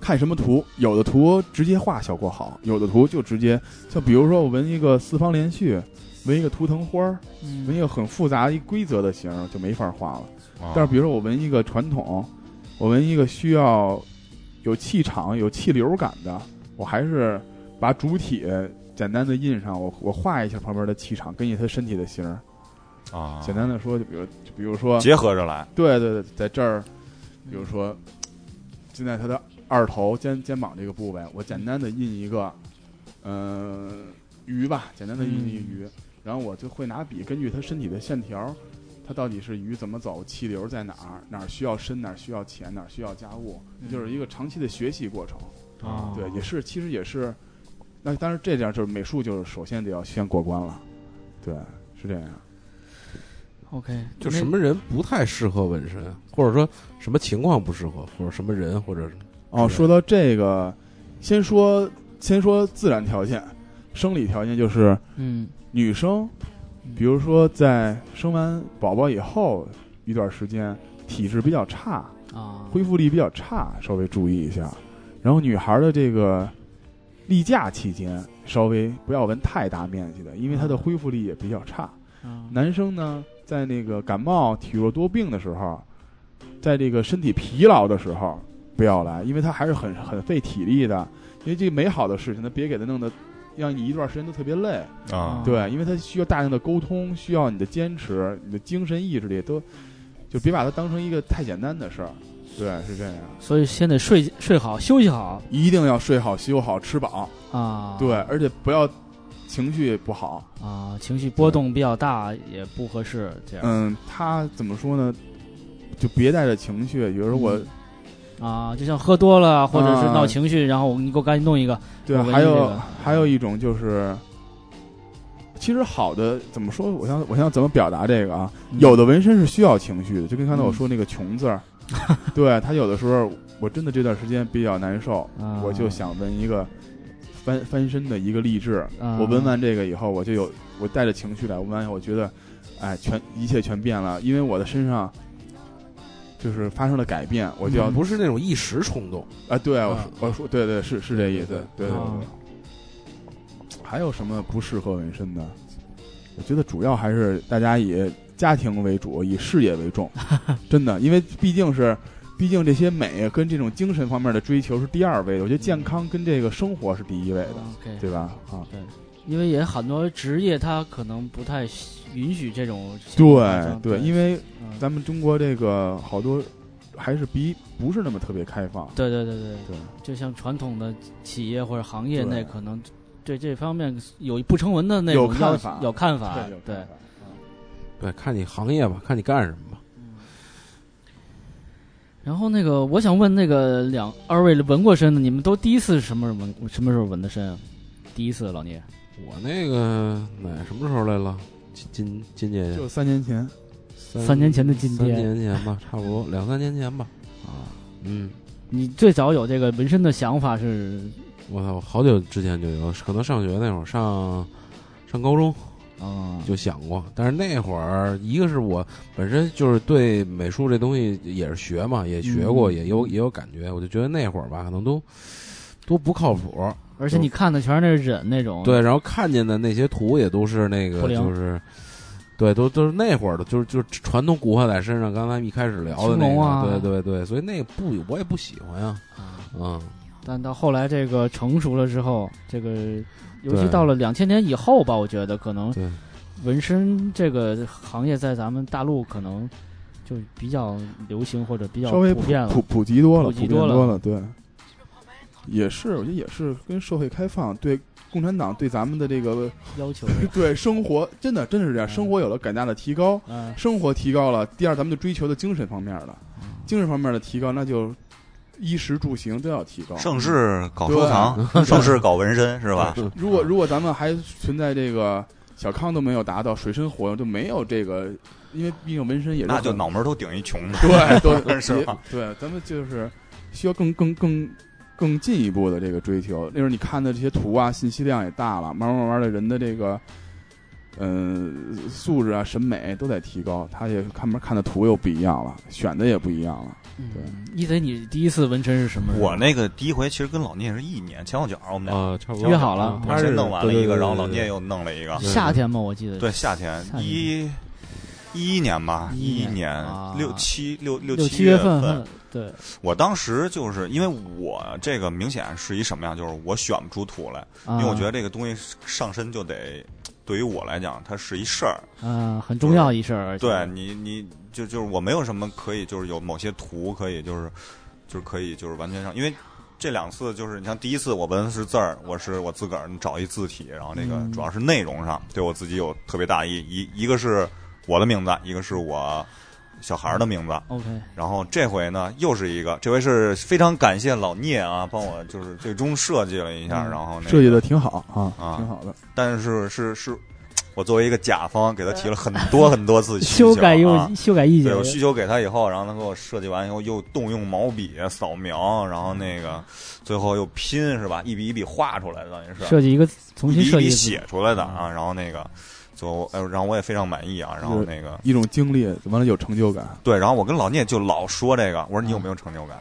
S4: 看什么图，有的图直接画效果好，有的图就直接，就比如说我纹一个四方连续，纹一个图腾花儿，
S2: 嗯
S4: 纹一个很复杂一规则的形儿就没法画了。
S3: 啊
S4: 但是比如说我纹一个传统，我纹一个需要有气场、有气流感的，我还是把主体简单的印上，我我画一下旁边的气场，根据他身体的形儿。
S3: 啊，
S4: 简单的说，就比如就比如说
S3: 结合着来，
S4: 对对对，在这儿，比如说，现在他的二头肩肩膀这个部位，我简单的印一个，呃，鱼吧，简单的印一个鱼，然后我就会拿笔根据他身体的线条，它到底是鱼怎么走，气流在哪儿，哪儿需要深，哪儿需要浅，哪儿需要加物，
S2: 嗯
S4: 就是一个长期的学习过程。
S2: 啊
S4: 对，也是，其实也是，那当然这样就是美术，就是首先得要先过关了，对，是这样。
S2: OK，
S1: 就
S2: 那
S1: 什么人不太适合纹身，啊或者说什么情况不适合，或者什么人，或者是
S4: 哦，
S1: 是
S4: 说到这个，先说先说自然条件，生理条件就是
S2: 嗯，
S4: 女生，
S2: 嗯
S4: 比如说在生完宝宝以后一段时间，体质比较差，
S2: 啊，
S4: 恢复力比较差，稍微注意一下。然后女孩的这个例假期间，稍微不要纹太大面积的，因为她的恢复力也比较差。
S2: 啊
S4: 男生呢，在那个感冒、体弱多病的时候，在这个身体疲劳的时候不要来，因为他还是很很费体力的。因为这个美好的事情，他别给他弄得让你一段时间都特别累。
S3: 啊，
S4: 对，因为他需要大量的沟通，需要你的坚持，你的精神意志力都，就别把它当成一个太简单的事儿。对，是这样，
S2: 所以先得睡睡好，休息好
S4: 一定要睡好、休好、吃饱。
S2: 啊。
S4: 对，而且不要情绪不好。
S2: 啊，情绪波动比较大也不合适，这样
S4: 嗯，他怎么说呢？就别带着情绪，比如说我。
S2: 嗯啊，就像喝多了或者是
S4: 啊
S2: 闹情绪，然后我你给我赶紧弄一个
S4: 对，
S2: 我唯一
S4: 还有、
S2: 这个
S4: 还有一种就是，其实好的怎么说？我想我想怎么表达这个啊？
S2: 嗯
S4: 有的纹身是需要情绪的，就跟刚才我说那个“穷”字 儿，对他有的时候我真的这段时间比较难受，
S2: 啊
S4: 我就想纹一个翻翻身的一个励志。
S2: 啊
S4: 我纹完这个以后，我就有我带着情绪来，纹完以后我觉得，哎，全一切全变了，因为我的身上。就是发生了改变，我就要
S2: 嗯
S4: 啊、
S1: 不是那种一时冲动，
S4: 对我
S1: 啊
S4: 说我说对对是是这意思，对对对。
S2: 啊
S4: 还有什么不适合纹身的？我觉得主要还是大家以家庭为主，以事业为 重，真的，因为毕竟是，毕竟这些美跟这种精神方面的追求是第二位的。我觉得健康跟这个生活是第一位的，
S2: OK，
S4: 对吧？啊，
S2: 因为也很多职业它可能不太允许这种情况发
S4: 对
S2: 生
S4: 对，
S2: 对，
S4: 因为
S2: 嗯
S4: 咱们中国这个好多还是比不是那么特别开放，
S2: 对对对对，
S4: 对
S2: 就像传统的企业或者行业内
S4: 对
S2: 可能对这方面有不成文的那
S4: 有
S2: 种要
S4: 看法
S2: 有看法，
S4: 有
S2: 对
S4: 看法
S1: 对，看你行业吧，看你干什么吧。
S2: 然后那个，我想问那个两二位纹过身的，你们都第一次什么时候纹什么时候纹的身啊？第一次，老聂
S1: 我那个哪什么时候来了？今今今年
S4: 就三年前，
S1: 三
S2: 三年前的今
S1: 呃三
S2: 天
S1: 年前吧，差不多两三年前吧。啊，嗯，
S2: 你最早有这个纹身的想法是
S1: 我操，我好久之前就有，可能上学那会儿上上高中
S4: 嗯
S2: 啊？
S1: 就想过，但是那会儿一个是我本身就是对美术这东西也是学嘛，也学过，
S2: 嗯
S1: 也有也有感觉，我就觉得那会儿吧，可能都都不靠谱。
S2: 而且你看的全是那忍那种，
S1: 对，然后看见的那些图也都是那
S2: 不
S1: 个
S2: 灵
S1: 就是。对，都都是那会儿的，就是就是传统古惑仔身上，刚才一开始聊的那
S2: 青
S1: 个，
S2: 龙啊
S1: 对对对，所以那个不，我也不喜欢呀、
S2: 啊。
S1: 嗯，
S2: 但到后来这个成熟了之后，这个尤其
S1: 对
S2: 到了两千年以后吧，我觉得可能
S1: 对，
S2: 纹身这个行业在咱们大陆可能就比较流行或者比较
S4: 稍微
S2: 普遍了
S4: 普普及多了，
S2: 普及
S4: 遍
S2: 多
S4: 多
S2: 了
S4: 对，也是，我觉得也是跟社会开放对共产党对咱们的这个
S2: 要求。
S4: 对生活，真的真的是这样，
S2: 嗯
S4: 生活有了改大的提高，
S2: 嗯
S4: 生活提高了，第二咱们就追求的精神方面了，精神方面的提高，那就衣食住行都要提高。
S3: 盛 世搞收藏，盛世搞纹身是吧？
S4: 如果如果咱们还存在这个小康都没有达到，水深火热就没有这个，因为毕竟纹身也是
S3: 那就
S4: 很
S3: 脑门儿都顶一穷的。
S4: 对，都
S3: 是吧
S4: 也对，咱们就是需要更更更更进一步的这个追求。那时候你看的这些图啊，信息量也大了，慢慢慢慢的人的这个。嗯，素质啊，审美都在提高，他也看门看的图又不一样了，选的也不一样了。
S2: 嗯，一贼，你第一次纹身是什么时候？
S3: 我那个第一回其实跟老聂是一年前后脚，我们俩
S1: 啊，差不多
S2: 约好了
S1: 他
S3: 我
S1: 是
S3: 先弄完了一个，然后老聂
S1: 聂
S3: 又弄了一个。
S2: 夏天嘛，我记得
S3: 对，夏天
S2: 夏天
S3: 一一一年吧，
S2: 一一
S3: 一
S2: 年
S3: 年
S2: 啊
S3: 六七六六
S2: 六
S3: 七
S2: 月
S3: 份
S2: 份，，嗯对，
S3: 我当时就是因为我这个明显是一什么样，就是我选不出图来，
S2: 因
S3: 因为我觉得这个东西上身就得。对于我来讲，它是一事儿。
S2: 嗯很重要一事儿，而且
S3: 对你，你就就是我没有什么可以，就是有某些图可以，就是就是可以，就是完全上。因为这两次就是你像第一次我纹的是字儿，我是我自个儿找一字体，然后那个
S2: 嗯
S3: 主要是内容上对我自己有特别大意义。一一个是我的名字，一个是我小孩儿的名字。
S2: ，OK，
S3: 然后这回呢，又是一个，这回是非常感谢老聂啊，帮我就是最终设计了一下，
S2: 嗯
S3: 然后、那个、
S4: 设计的挺好啊，
S3: 啊
S4: 挺好的。
S3: 但是是是，我作为一个甲方，给他提了很 多很多次需
S2: 修
S3: 求
S2: 改
S3: 啊
S2: 又修改意见
S3: 对，我需求给他以后，然后他给我设计完以后，又动用毛笔扫描，然后那个最后又拼是吧？一笔一笔画出来的，等于是
S2: 设计一个重新
S3: 一笔
S2: 设
S3: 一
S2: 计
S3: 笔
S2: 一次
S3: 写出来的啊。然后那个，就哎呦，然后我也非常满意啊。然后那个，
S4: 一种经历，完了有成就感。
S3: 对，然后我跟老聂就老说这个，我说你有没有成就感？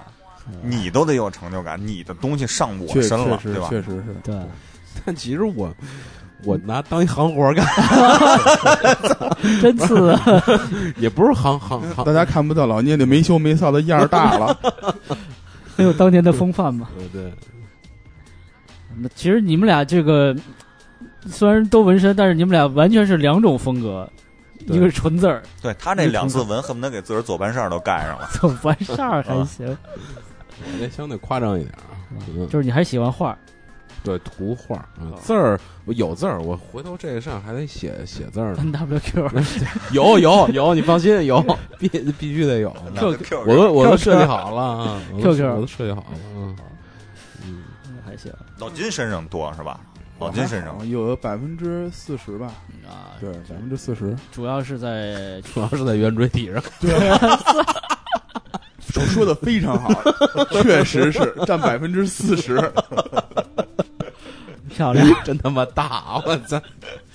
S2: 嗯
S3: 你都得有成就感，你的东西上我
S4: 确
S3: 身
S4: 确
S3: 了，
S4: 实
S3: 对吧？
S4: 确实是，
S2: 对，
S1: 但其实我我拿当一行活儿干，
S2: 真次，啊
S1: 也不是行行行
S4: 大。家看不到老聂那没羞没臊的样儿大了。
S2: 很有当年的风范嘛。
S1: 对对，
S2: 那其实你们俩这个虽然都纹身，但是你们俩完全是两种风格，
S1: 对
S2: 一个是纯字儿，
S3: 对他这两次纹，恨不得给自个儿左半扇儿都盖上了。
S2: 怎么完事儿
S3: 啊
S2: 还行，
S1: 我这相对夸张一点啊。嗯
S2: 就是你还是喜欢画儿，
S1: 对图画嗯字儿，我有字儿，我回头这个上还得写写字 儿呢。
S2: N W Q，
S1: 有有有，你放心， 有必必须得有。
S3: 那就 Q
S1: 我都我都设计好了啊我都
S2: QQ
S1: 我都设计好了 啊。嗯，
S2: 还行
S3: 老金身上多是吧？
S4: 哦
S3: 老金身上
S4: 有百分之四十吧，
S2: 啊。
S4: 对，百分之四十。
S2: 主要是 在
S1: 主要是在圆锥体 上，
S4: 说说的非常好，确实是占百分之四十。
S2: 漂亮，
S1: 真他妈大！啊我操，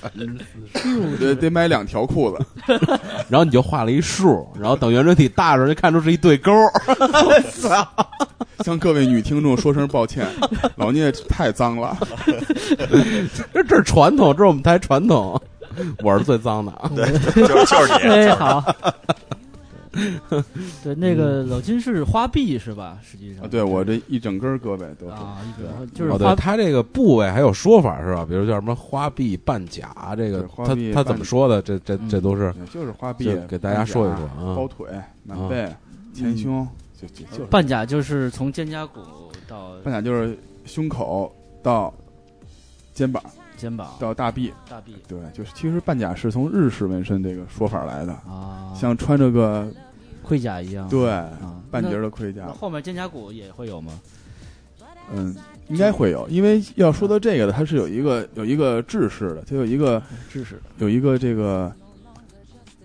S1: 百分之四十。
S4: 得得买两条裤子，
S1: 然后你就画了一竖，然后等圆锥体大的时候，就看出是一对勾 儿。
S4: 向各位女听众说声抱歉，老聂太脏了。
S1: 这这是传统，这是我们台传统。 我是最脏的啊！
S3: 对，就就是你，
S2: 哎，好。嗯对，那个老金是花臂是吧？实际
S4: 啊
S2: 上，
S4: 对我这一整根儿胳膊都是，
S2: 啊，一个就是
S1: 哦，
S2: 花
S1: 对，它这个部位还有说法是吧？比如叫什么花臂、半甲，这个
S4: 对花
S1: 它
S4: 臂
S1: 它
S4: 半
S1: 怎么说的？这这
S2: 嗯
S1: 这都是
S4: 就是花臂
S1: 就，给大家说一说
S4: 肩
S1: 啊嗯
S4: 胛包腿、满背、前胸，就就就是
S2: 半甲就是从肩胛骨到
S4: 半甲就是胸口到肩膀
S2: 肩膀
S4: 到大臂，
S2: 大臂
S4: 对，就是其实半甲是从日式纹身这个说法来的，
S2: 啊，
S4: 像穿着个
S2: 盔甲一样。
S4: 对
S2: 啊，
S4: 半截儿的盔
S2: 那。
S4: 甲
S2: 那，后面肩胛骨也会有吗？
S4: 嗯，应该会有，因为要说到这个的，它是有一个有一个制式的，它有一个
S2: 知识
S4: 有一个这个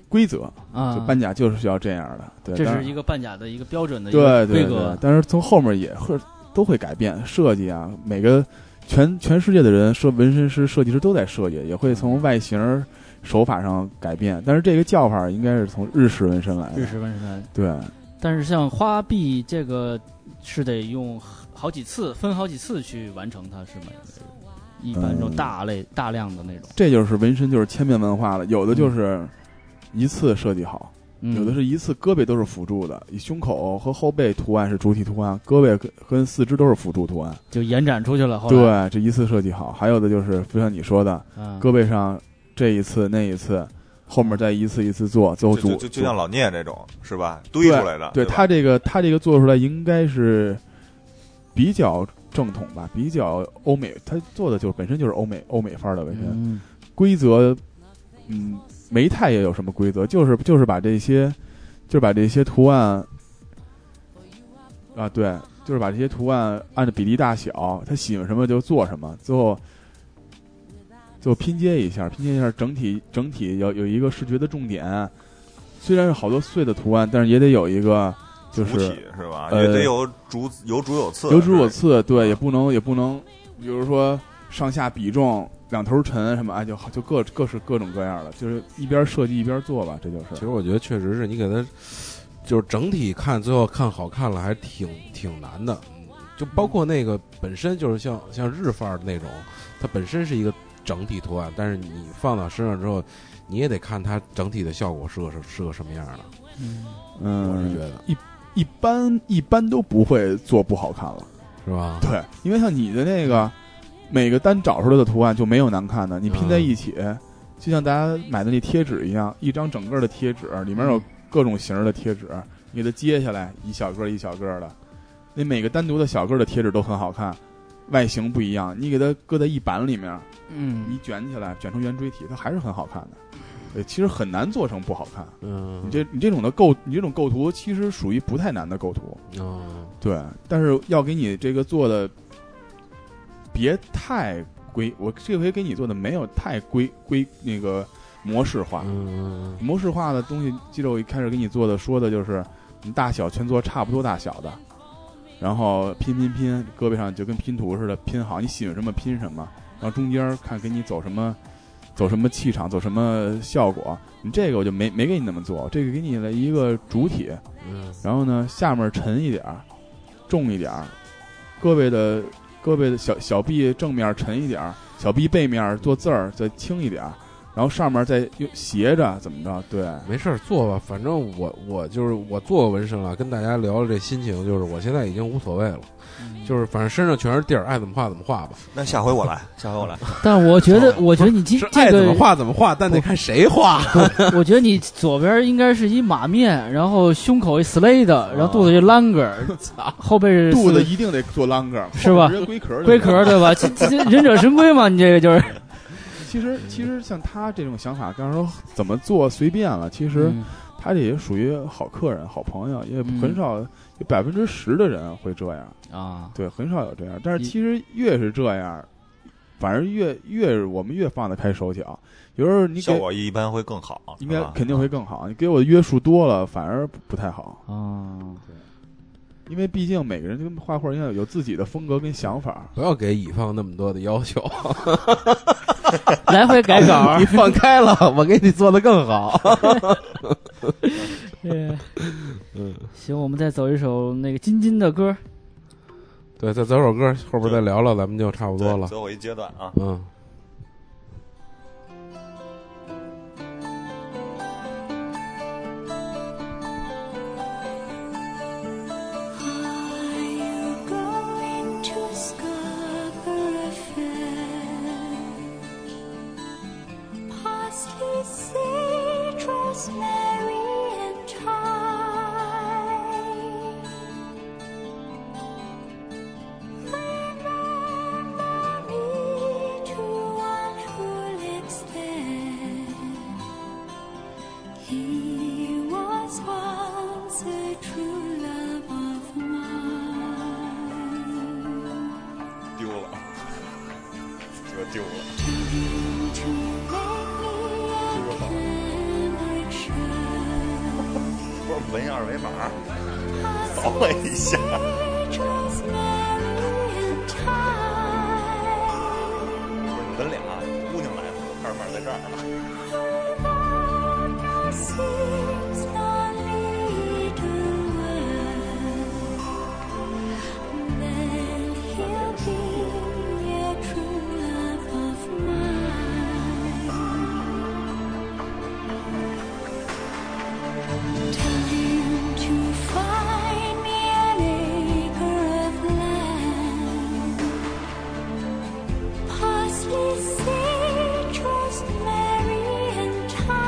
S4: 规则，
S2: 啊，
S4: 就半甲就是要这样的，对，
S2: 这
S4: 当
S2: 是
S4: 然
S2: 一个半甲的一个标准的一
S4: 对
S2: 个
S4: 对
S2: 规
S4: 对
S2: 格，，
S4: 但是从后面也会都会改变设计啊，每个全全世界的人设纹身师、设计师都在设计，也会从外形儿、手法上改变，但是这个叫法应该是从日式纹身来
S2: 日
S4: 的，
S2: 式纹身。
S4: 对，
S2: 但是像花臂这个是得用好几次，分好几次去完成它，是吗？一般这种
S4: 嗯
S2: 大类、大量的那种，
S4: 这就是纹身就是千变万化了，有的就是一次设计好。
S2: 嗯
S4: 有的是一次胳膊都是辅助的，以胸口和后背图案是主体图案，胳膊跟跟四肢都是辅助图案。
S2: 就延展出去了。后来，
S4: 对，这一次设计好。还有的就是，就像你说的，
S2: 嗯，
S4: 胳膊上这一次那一次，后面再一次一次做，最后
S3: 就
S4: 组
S3: 就就就像老聂这种是吧？堆
S4: 哦对
S3: 出来的，
S4: 对
S3: 吧
S4: 他这个他这个做出来应该是比较正统吧，比较欧美，他做的就是本身就是欧美欧美范儿的纹身。
S2: 嗯，
S4: 规则，嗯，没太也有什么规则，就是就是把这些，就是把这些图案，啊，对，就是把这些图案按照比例大小，他喜欢什么就做什么，最后就拼接一下，拼接一下整体整体有有一个视觉的重点。虽然是好多碎的图案，但是也得有一个就
S3: 主
S4: 是
S3: 体是吧？
S4: 呃
S3: 也得有主有主有次，
S4: 有主有
S3: 是吧
S4: 次，对，也不能也不能，比如说上下比重。两头沉什么哎，就好就各各式各种各样的，就是一边设计一边做吧，这就是。
S1: 其实我觉得确实是你给它，就是整体看，最后看好看了，还挺挺难的。嗯就包括那个本身就是像像日范儿的那种，它本身是一个整体图案，但是你放到身上之后，你也得看它整体的效果是个是是个什么样的。
S4: 嗯，
S1: 我是觉得，
S4: 一般一般都不会做不好看了。
S1: 是吧？
S4: 对，因为像你的那个每个单找出来的图案就没有难看的，你拼在一起，就像大家买的那贴纸一样，一张整个的贴纸，里面有各种型儿的贴纸，你给它揭下来，一小个儿一小个儿的，那每个单独的小个儿的贴纸都很好看，外形不一样，你给它搁在一板里面，
S2: 嗯
S4: 你卷起来，卷成圆锥体，它还是很好看的。对，其实很难做成不好看。
S1: 嗯，
S4: 你这你这种的构，你这种构图其实属于不太难的构图。
S1: 嗯，
S4: 对，但是要给你这个做的别太规，我这回给你做的没有太规规那个模式化。
S1: 嗯，
S4: 模式化的东西，记得我一开始给你做的说的就是，你大小全做差不多大小的，然后拼拼拼，胳膊上就跟拼图似的拼好，你喜欢什么拼什么，然后中间看给你走什么，走什么气场，走什么效果。你这个我就没没给你那么做，这个给你了一个主体，
S1: 嗯，
S4: 然后呢，下面沉一点儿，重一点儿，胳膊的胳膊的小小臂正面沉一点儿，小臂背面做字儿再轻一点儿，然后上面再又斜着怎么着？对，
S1: 没事儿做吧，反正我我就是我做过纹身了，跟大家聊聊这心情，就是我现在已经无所谓了，就是反正身上全是地儿，爱怎么画怎么画吧，
S3: 那下回我来，下回我来。
S2: 但我觉得，我觉得你今
S1: 哦是爱
S2: 这
S1: 怎么
S2: 个，
S1: 画怎么画，但得看谁画。
S2: 我觉得你左边应该是一马面，然后胸口一 slay 的，然后肚子
S1: 哦
S2: 一 langer，后背是
S4: 肚子一定得 做 longer，
S2: 是吧
S4: 直接龟壳儿就
S2: 龟
S4: 行
S2: 壳，。对吧？这这这忍者神龟嘛，你这个就是。
S4: 其实其实像他这种想法，刚才说怎么做随便了，其实
S2: 嗯
S4: 他这也属于好客人、好朋友，也
S2: 嗯
S4: 很少有百分之十的人会这样。
S2: 啊，
S4: 对，很少有这样。但是
S2: 一
S4: 其实越是这样，反而越越是我们越放得开手脚。有时候你
S3: 效
S4: 给
S3: 果一般会更好，
S4: 应该
S3: 是
S1: 啊
S3: 吧
S4: 肯定会更好，你给我的约束多了，反而不不太好。
S2: 哦，
S4: 因为毕竟每个人跟画画一样，有自己的风格跟想法。
S1: 不要给乙方那么多的要求，
S2: 来回改稿
S1: 你，放开了，我给你做的更 好。
S2: 嗯，行，我们再走一首那个金金的歌，
S1: 对，再走首歌，后边再聊聊，咱们就差不
S3: 对
S1: 多了。
S3: 最后一阶段啊，
S1: 嗯，
S5: Are you going to Scarborough Parsley, sage, rosemary, and thyme? Remember me to one who lives there. He was once a true love of mine.
S3: 丢了，就丢了。
S5: Came to make me a Cambridgeshire.
S3: 不是纹二维码， 扫
S5: A
S3: 了一下。
S5: sage was merry in time.
S3: 不是纹俩，姑娘来了，二维码在这儿呢。
S5: Seems only to Then he'll be a true love of mine. Tell him to find me an acre of land. Parsley, sage, rosemary, and thyme.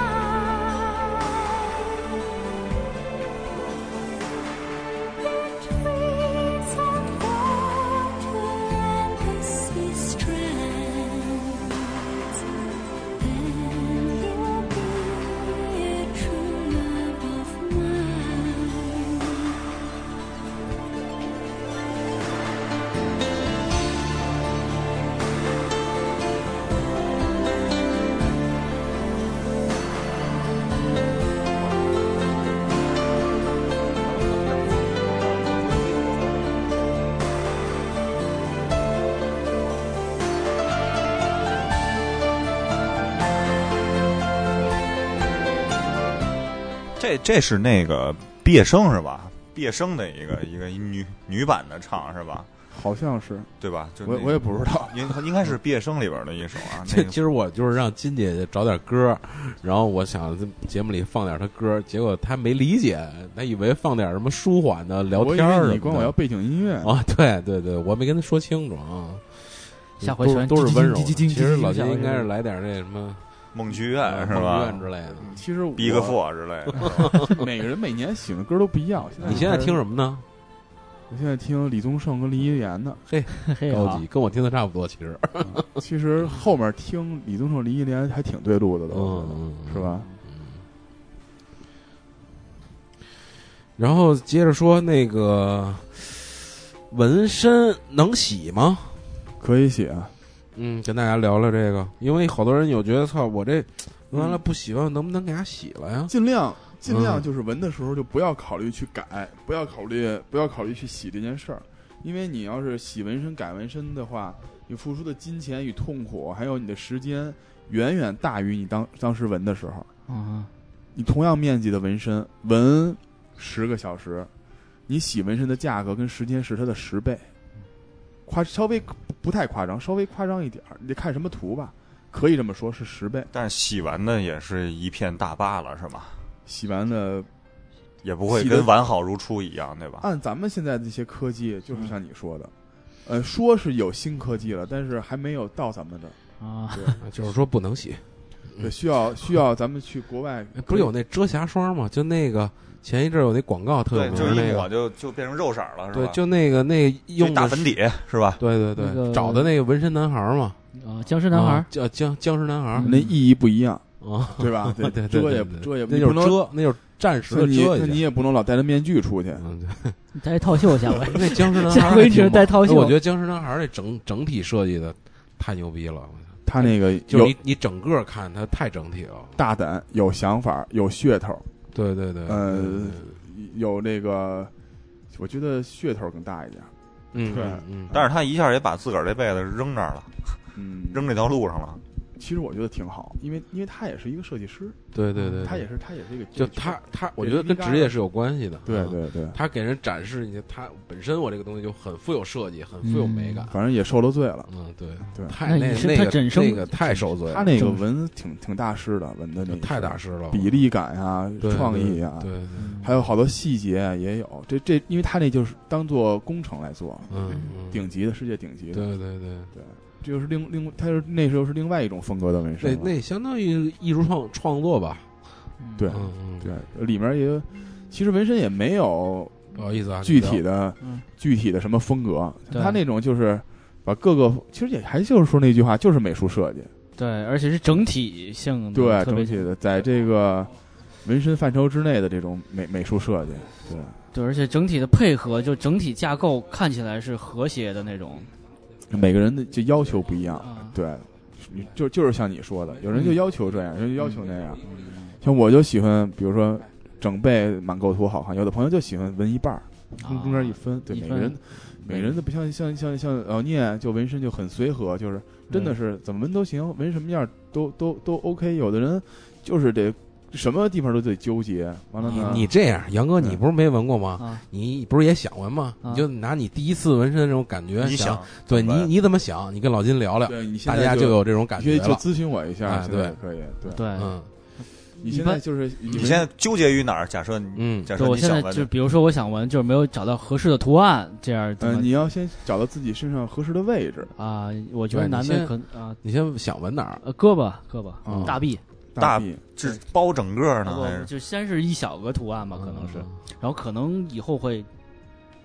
S3: 这这是那个毕业生是吧？毕业生的一个一个女女版的唱是吧？
S4: 好像是，
S3: 对吧？就
S4: 我
S3: 那
S4: 我也不知道。
S3: 应应该是毕业生里边的一首 啊。
S1: 这
S3: 那个
S1: 其实我就是让金姐姐找点歌，然后我想节目里放点她歌，结果她没理解，她以为放点什么舒缓的聊
S4: 我以
S1: 天儿什么
S4: 为
S1: 的。
S4: 你管我要背景音乐，
S1: 啊，对对对，我没跟她说清楚啊。
S2: 下回
S1: 都
S2: 全
S1: 是都是温柔的。
S2: 叽叽叽叽叽叽
S1: 其实老
S2: 下
S1: 金
S2: 回
S1: 应该
S2: 就是
S1: 来点那什么
S3: 梦剧
S4: 呃
S3: 院是
S1: 梦
S3: 吧
S1: 院？之类的。
S4: 其实我
S3: 逼个富之类的，
S4: 每个人每年喜欢的歌都不一样。现在
S1: 你现在听
S4: 么？
S1: 什么呢？
S4: 我现在听李宗盛跟林忆莲的。
S2: 嘿
S1: 高
S2: 好
S1: 级，跟我听的差不多，其实。
S4: 其实后面听李宗盛、林忆莲还挺对路的都，
S1: 嗯，
S4: 是吧？
S1: 然后接着说那个纹身能洗吗？
S4: 可以写，
S1: 嗯，跟大家聊聊这个，因为好多人有觉得，操，我这完了不洗完，能不能给它洗了呀？
S4: 尽量尽量
S1: 嗯
S4: 就是纹的时候就不要考虑去改，不要考虑不要考虑去洗这件事儿，因为你要是洗纹身改纹身的话，你付出的金钱与痛苦，还有你的时间，远远大于你当当时纹的时候。
S2: 嗯，
S4: 你同样面积的纹身，纹十个小时，你洗纹身的价格跟时间是它的十倍，夸稍微不太夸张，稍微夸张一点儿，你得看什么图吧，可以这么说，是十倍。
S3: 但是洗完的也是一片大疤了是吧？
S4: 洗完了，
S3: 也不会
S4: 洗得
S3: 跟完好如初一样对
S1: 啊
S3: 吧？
S4: 按咱们现在这些科技，
S1: 嗯
S4: 就是像你说的，呃，说是有新科技了，但是还没有到咱们这儿，
S2: 啊，
S1: 就是说不能洗，嗯
S4: 对需要需要咱们去国外，
S1: 哎不是有那遮瑕霜吗？就那个前一阵儿有那广告特
S3: 对，
S1: 有
S3: 就
S1: 名，
S3: 一
S1: 那
S3: 抹
S1: 个
S3: 就就变成肉色了是
S1: 对
S3: 吧？，
S1: 就那个那个用
S3: 就大
S1: 的
S3: 粉底是吧？
S1: 对对对，
S2: 那个
S1: 找的那个纹身男孩儿嘛，
S2: 啊，僵尸男孩嗯
S1: 啊，叫僵僵尸男孩儿
S4: 那意义不一样，
S1: 啊，
S4: 对吧？
S1: 对对对
S4: 遮也
S1: 对
S4: 遮也
S1: 那
S4: 你
S1: 就
S4: 不
S1: 是
S4: 能，
S1: 遮，那就是暂时
S4: 那
S1: 的
S4: 你
S1: 遮
S4: 那你
S1: 一下。
S4: 也不能老戴着面具出去，
S1: 嗯，对。
S2: 你戴一套袖下 回
S1: 那僵尸男孩
S2: 下
S1: 儿
S2: 回
S1: 还
S2: 一直
S1: 挺猛
S2: 戴套
S1: 哎
S2: 袖
S1: 我觉得僵尸男孩儿这整整体设计的太牛逼了，
S4: 他那个
S1: 就是
S4: 有
S1: 你你整个看它太整体了。
S4: 大胆、有想法、有噱头，
S1: 对对对，
S4: 呃
S1: 对对对
S4: 有那个，我觉得噱头更大一点。
S1: 嗯
S4: 对
S1: 嗯嗯，
S3: 但是他一下也把自个儿这辈子扔那儿了，
S4: 嗯，
S3: 扔这条路上了。
S4: 其实我觉得挺好，因为因为他也是一个设计师，
S1: 对对对，
S4: 他也
S1: 是，
S4: 是他也是一个
S1: 就他他，我觉得跟职业是有关系的。
S4: 对
S1: 啊，
S4: 对对，
S1: 他给人展示你他本身我这个东西就很富有设计，很富有
S2: 嗯
S1: 美感。
S4: 反正也受了罪了。
S1: 嗯，对
S4: 对
S1: 太
S2: 那
S1: 那
S2: 你是
S1: 那
S2: 他整
S1: 个
S2: 生
S1: 那个太受罪了，
S4: 他那个纹挺挺大师的，纹的那
S1: 就
S4: 个
S1: 太大师了，
S4: 比例感呀、
S1: 对
S4: 创意啊呀，
S1: 对，嗯对
S2: 嗯
S4: 还有好多细节啊也有。这这，因为他那就是当做工程来做，
S1: 嗯，嗯
S4: 顶级的世界顶级的，
S1: 对对对，
S4: 这就是另另，他是那时候是另外一种风格的纹身
S1: 那
S4: 了。
S1: 那相当于艺术创创作吧，
S2: 嗯
S4: 对
S1: 嗯嗯，
S4: 对，里面也其实纹身也没有
S1: 不好意思啊，
S4: 具体的、
S2: 嗯
S4: 具体的什么风格，
S2: 对
S4: 他那种就是把各个其实也还就是说那句话，就是美术设计，
S2: 对，而且是整体性的，
S4: 对
S2: 嗯特别
S4: 整体的在这个纹身范畴之内的这种美美术设计，对，
S2: 对，而且整体的配合，就整体架构看起来是和谐的那种。
S4: 每个人的就要求不一样，
S2: 啊，
S4: 对，你就就是像你说的，有人就
S2: 嗯
S4: 要求这样，有人就要求那样，像我就喜欢，比如说。整背满构图好看，有的朋友就喜欢纹一半儿，中中间一分，对，
S2: 啊一
S4: 每个
S2: 分
S4: 人每个人的不像像像像老聂就纹身就很随和，
S2: 嗯
S4: 就是真的是怎么纹都行，纹什么样都都都 OK。有的人就是得什么地方都得纠结，完了
S1: 你
S4: 呢，
S1: 你这样，杨哥，你不是没纹过吗？
S2: 啊，
S1: 你不是也想纹吗？
S2: 啊
S1: 你就拿你第一次纹身的这种感觉，
S3: 你想，
S1: 对
S3: 怎
S1: 你
S3: 么
S1: 你怎么想？你跟老金聊聊，
S4: 对你现
S1: 大
S4: 在
S1: 家
S4: 就
S1: 有这种感
S4: 你可以
S1: 觉
S4: 就
S1: 了。
S4: 咨询我一下，
S1: 哎
S4: 现在可以。对，
S2: 对，
S1: 嗯
S4: 你
S2: 一
S4: 现
S2: 般
S4: 在就是你
S3: 你现在纠结于哪儿？假设你
S1: 嗯，
S3: 假
S2: 对
S3: 设
S2: 我
S3: 你
S2: 现在
S3: 想问
S2: 就比如说，我想纹，就是没有找到合适的图案，这样怎
S4: 嗯、
S2: 么
S4: 你要先找到自己身上合适的位置，
S2: 啊？我觉
S1: 对
S2: 得
S1: 你
S2: 男
S1: 先
S2: 的可能啊，
S1: 你先想纹哪儿？
S2: 呃，胳膊胳
S4: 嗯
S2: 膊大臂，
S3: 大
S4: 臂
S3: 是包整个
S2: 啊
S3: 呢，
S2: 不
S3: 还是
S2: 就先是一小个图案
S3: 啊
S2: 吧，可能
S1: 嗯
S2: 是，然后可能以后会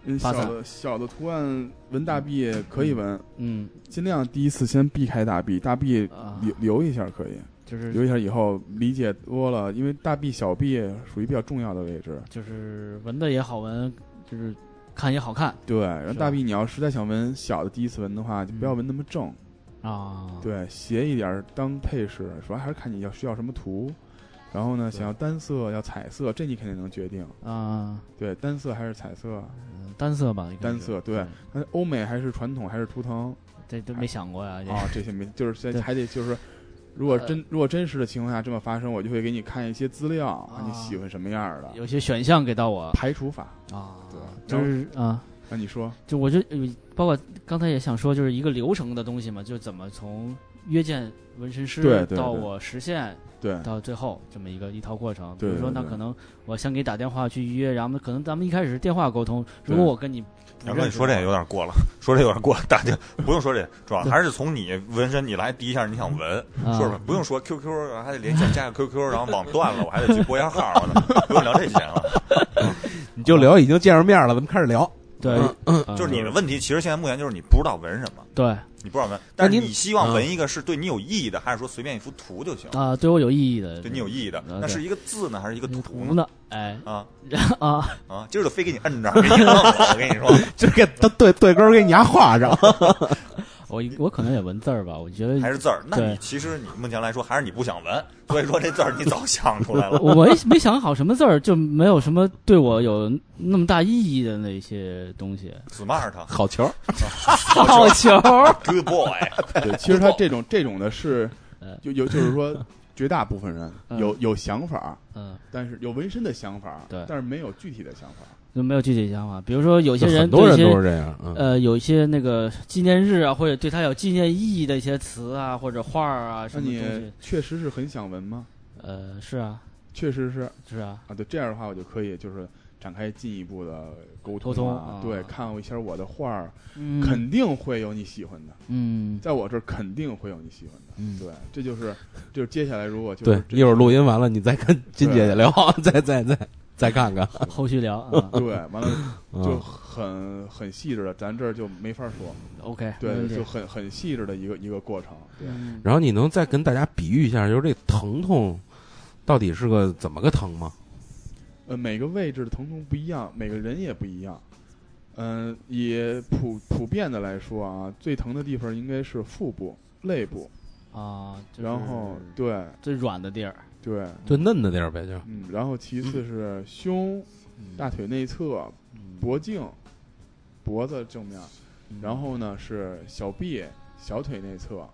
S4: 嗯
S2: 发
S4: 小
S2: 散
S4: 的小的图案纹大臂可以纹，
S2: 嗯
S4: 尽量第一次先避开大臂，大臂
S2: 啊，
S4: 留留一下可以。
S2: 就是
S4: 留一下以后理解多了，因为大臂、小臂属于比较重要的位置。
S2: 就是纹的也好纹，就是看也好看
S4: 对，然后
S2: 是
S4: 大臂你要实在想纹小的第一次纹的话，就不要纹那么正，
S2: 啊。
S4: 对，斜一点儿当配饰，主要还是看你要需要什么图。然后呢，想要单色要彩色，这你肯定能决定。
S2: 啊，
S4: 对，单色还是彩色？
S2: 嗯单色吧，应该
S4: 单
S2: 是
S4: 色对，那欧美还是传统还是图腾
S2: 这都没想过呀，这
S4: 啊 啊？这些没，就是
S2: 哎对呃
S4: 现还得就是如果真如果真实的情况下这么发生，我就会给你看一些资料，
S2: 啊
S4: 你喜欢什么样的
S2: 有些选项给到我
S4: 排除法。
S2: 啊，
S4: 对，
S2: 就
S4: 然后
S2: 是啊，
S4: 那你说，
S2: 就我就呃包括刚才也想说，就是一个流程的东西嘛，就怎么从约见纹身
S4: 对
S2: 师
S4: 对
S2: 到
S4: 对
S2: 我实现
S4: 对
S2: 到最后这么一个一套过程。
S4: 对
S2: 比如说，
S4: 对
S2: 那
S4: 对
S2: 可能我先给打电话去预约，然后可能咱们一开始是电话沟通。如
S4: 对
S2: 果我跟你不
S3: 杨
S2: 认识，
S3: 哥，你说这也有点过了，说这有点过了， 大家不用说这，主要还是从你纹身，你来第一下你想纹，
S2: 啊
S3: 说什么不用说 QQ，还得连线加个 QQ，然后网断了，我还得去拨一下号呢， 不用聊这些了。
S1: 你就聊已经见着面了，咱们开始聊。
S2: 对，啊
S3: 嗯就是你的问题，其实现在目前就是你不知道纹什么，
S2: 对
S3: 你不知道
S2: 嗯
S3: 纹，
S1: 那
S3: 但是
S1: 您
S3: 你希望纹一个是对你有意义的，还是说随便一幅图就行？
S2: 啊，对我有意义的，
S3: 对你有意义的，
S2: 啊
S3: 那是一个字呢，还是一个
S2: 有
S3: 图
S2: 图
S3: 呢？
S2: 呢，哎
S3: 啊
S2: 啊，
S3: 啊，今儿就非给你摁这儿，给你弄了我跟你 说，
S1: 就给他对对根儿给你牙画上，
S2: 我我可能也文字儿吧，我觉得
S3: 还是字儿。那你
S2: 对
S3: 其实你目前来说还是你不想纹，所以说这字儿你早想出来了。
S2: 我也没想好什么字儿，就没有什么对我有那么大意义的那些东西。
S3: Smart，Good
S1: 好球！
S2: 好球儿，
S3: boy，
S4: 对，其实他这种这种的是
S2: 嗯，
S4: 有有就是说， 绝大部分人
S2: 嗯
S4: 有有想法，
S2: 嗯，
S4: 但是有纹身的想法，
S2: 对
S4: 但是没有具体的想法。
S2: 就没有具体想法。比如说，有些人
S1: 很多
S2: 对一
S1: 人
S2: 些
S1: 都是这样，嗯，
S2: 呃，有一些那个纪念日啊，或者对他有纪念意义的一些词啊，或者画儿啊
S4: 那
S2: 什么东
S4: 你
S2: 西，
S4: 确实是很想纹吗？
S2: 呃，是啊，
S4: 确实是
S2: 是啊，
S4: 啊，对，这样的话我就可以就是展开进一步的沟
S2: 沟通
S4: 啊
S2: 啊
S4: 对，看一下我的画儿，
S2: 嗯，
S4: 肯定会有你喜欢的，
S2: 嗯
S4: 在我这儿肯定会有你喜欢的。
S2: 嗯，
S4: 对，这就是就是接下来如果就是
S1: 对，
S4: 真
S1: 一会儿录音完了，你再跟金姐姐聊， 再再再再看看，
S2: 后续聊 啊
S4: 对，完了就
S1: 嗯，
S4: 很很细致的，咱这儿就没法说，
S2: ，OK，没
S4: 对，
S2: 问题
S4: 就很很细致的一个一个过程，对。
S2: 嗯
S1: 然后你能再跟大家比喻一下，就是这疼痛到底是个怎么个疼吗？
S4: 呃，每个位置的疼痛不一样，每个人也不一样。嗯、也普普遍的来说啊，最疼的地方应该是腹部、肋部，
S2: 啊，就是
S4: 然后对
S2: 最软的地儿，
S4: 对，
S1: 最嫩的地儿呗，就
S4: 嗯，然后其次是胸、
S2: 嗯
S4: 大腿内侧、
S2: 嗯
S4: 脖颈、脖子正面，
S2: 嗯
S4: 然后呢是小臂、小腿内侧，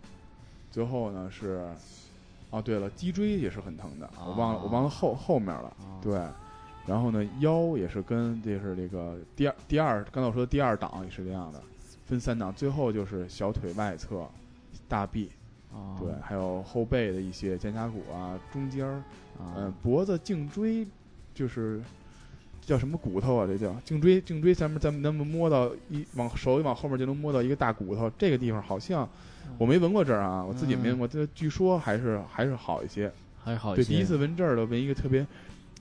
S4: 最后呢是，哦对了，脊椎也是很疼的，我忘了我忘了后后面了。
S2: 啊
S4: 对，然后呢，腰也是跟这是这个第二第二，刚才我说的第二档也是这样的，分三档，最后就是小腿外侧、大臂，
S2: 啊
S4: 对，还有后背的一些肩胛骨啊、中间儿，
S2: 啊
S4: 嗯、脖子、颈椎，就是叫什么骨头啊？这叫颈椎，颈椎咱们咱们能不能摸到一往手往后面就能摸到一个大骨头，这个地方好像
S2: 嗯
S4: 我没闻过这儿啊，我自己没闻过，这据说还是还是好一些。
S2: 还是嗯好一
S4: 对，
S2: 些，
S4: 第一次纹这儿的纹一个特别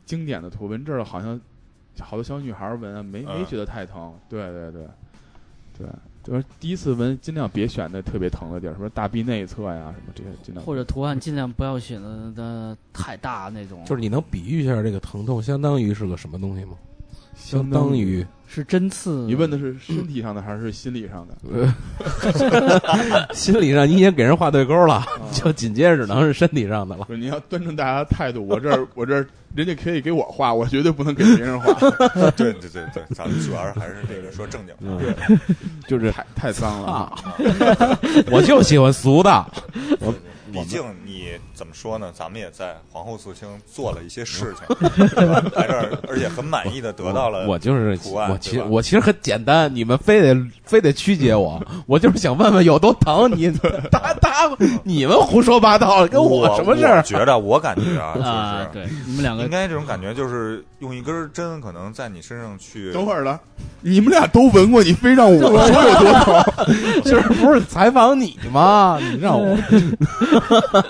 S4: 经典的图，纹这儿的好像好多小女孩儿纹啊，没没
S3: 嗯
S4: 觉得太疼。对对对，对，就是第一次纹尽量别选那特别疼的地儿，什么大臂内侧呀，什么这些尽量。
S2: 或者图案尽量不要选的的太大那种，
S1: 就是你能比喻一下这个疼痛，相当于是个什么东西吗？
S4: 相
S1: 当于
S2: 是针刺。
S4: 你问的是身体上的还是心理上的？
S1: 心理上你已经给人画对勾了，
S4: 啊
S1: 就紧接着只能是身体上的了。
S4: 不是你要端正大家的态度，我这儿我这儿人家可以给我画，我绝对不能给别人画，
S3: 对对对对，咱们主要是还是这个说正经的。啊
S1: 嗯，
S4: 就是啊太太脏了。
S1: 我就喜欢俗的，
S3: 毕竟你怎么说呢？咱们也在皇后肃清做了一些事情， 对吧在这儿，而且很满意的得到了。
S1: 我就是
S3: 图案
S1: 我其
S3: 对
S1: 实
S3: 吧
S1: 我其实很简单，你们非得非得曲解 我，我就是想问问有多疼你，他他你们胡说八道跟
S3: 我
S1: 什么事儿
S3: 我？觉得我感觉啊
S2: 啊，，
S3: 就是
S2: 对，你们两个
S3: 应该这种感觉就是用一根针，可能在你身上 去。
S4: 等会儿了，你们俩都闻过，你非让我说有 多疼？
S1: 就是不是采访你吗？你让我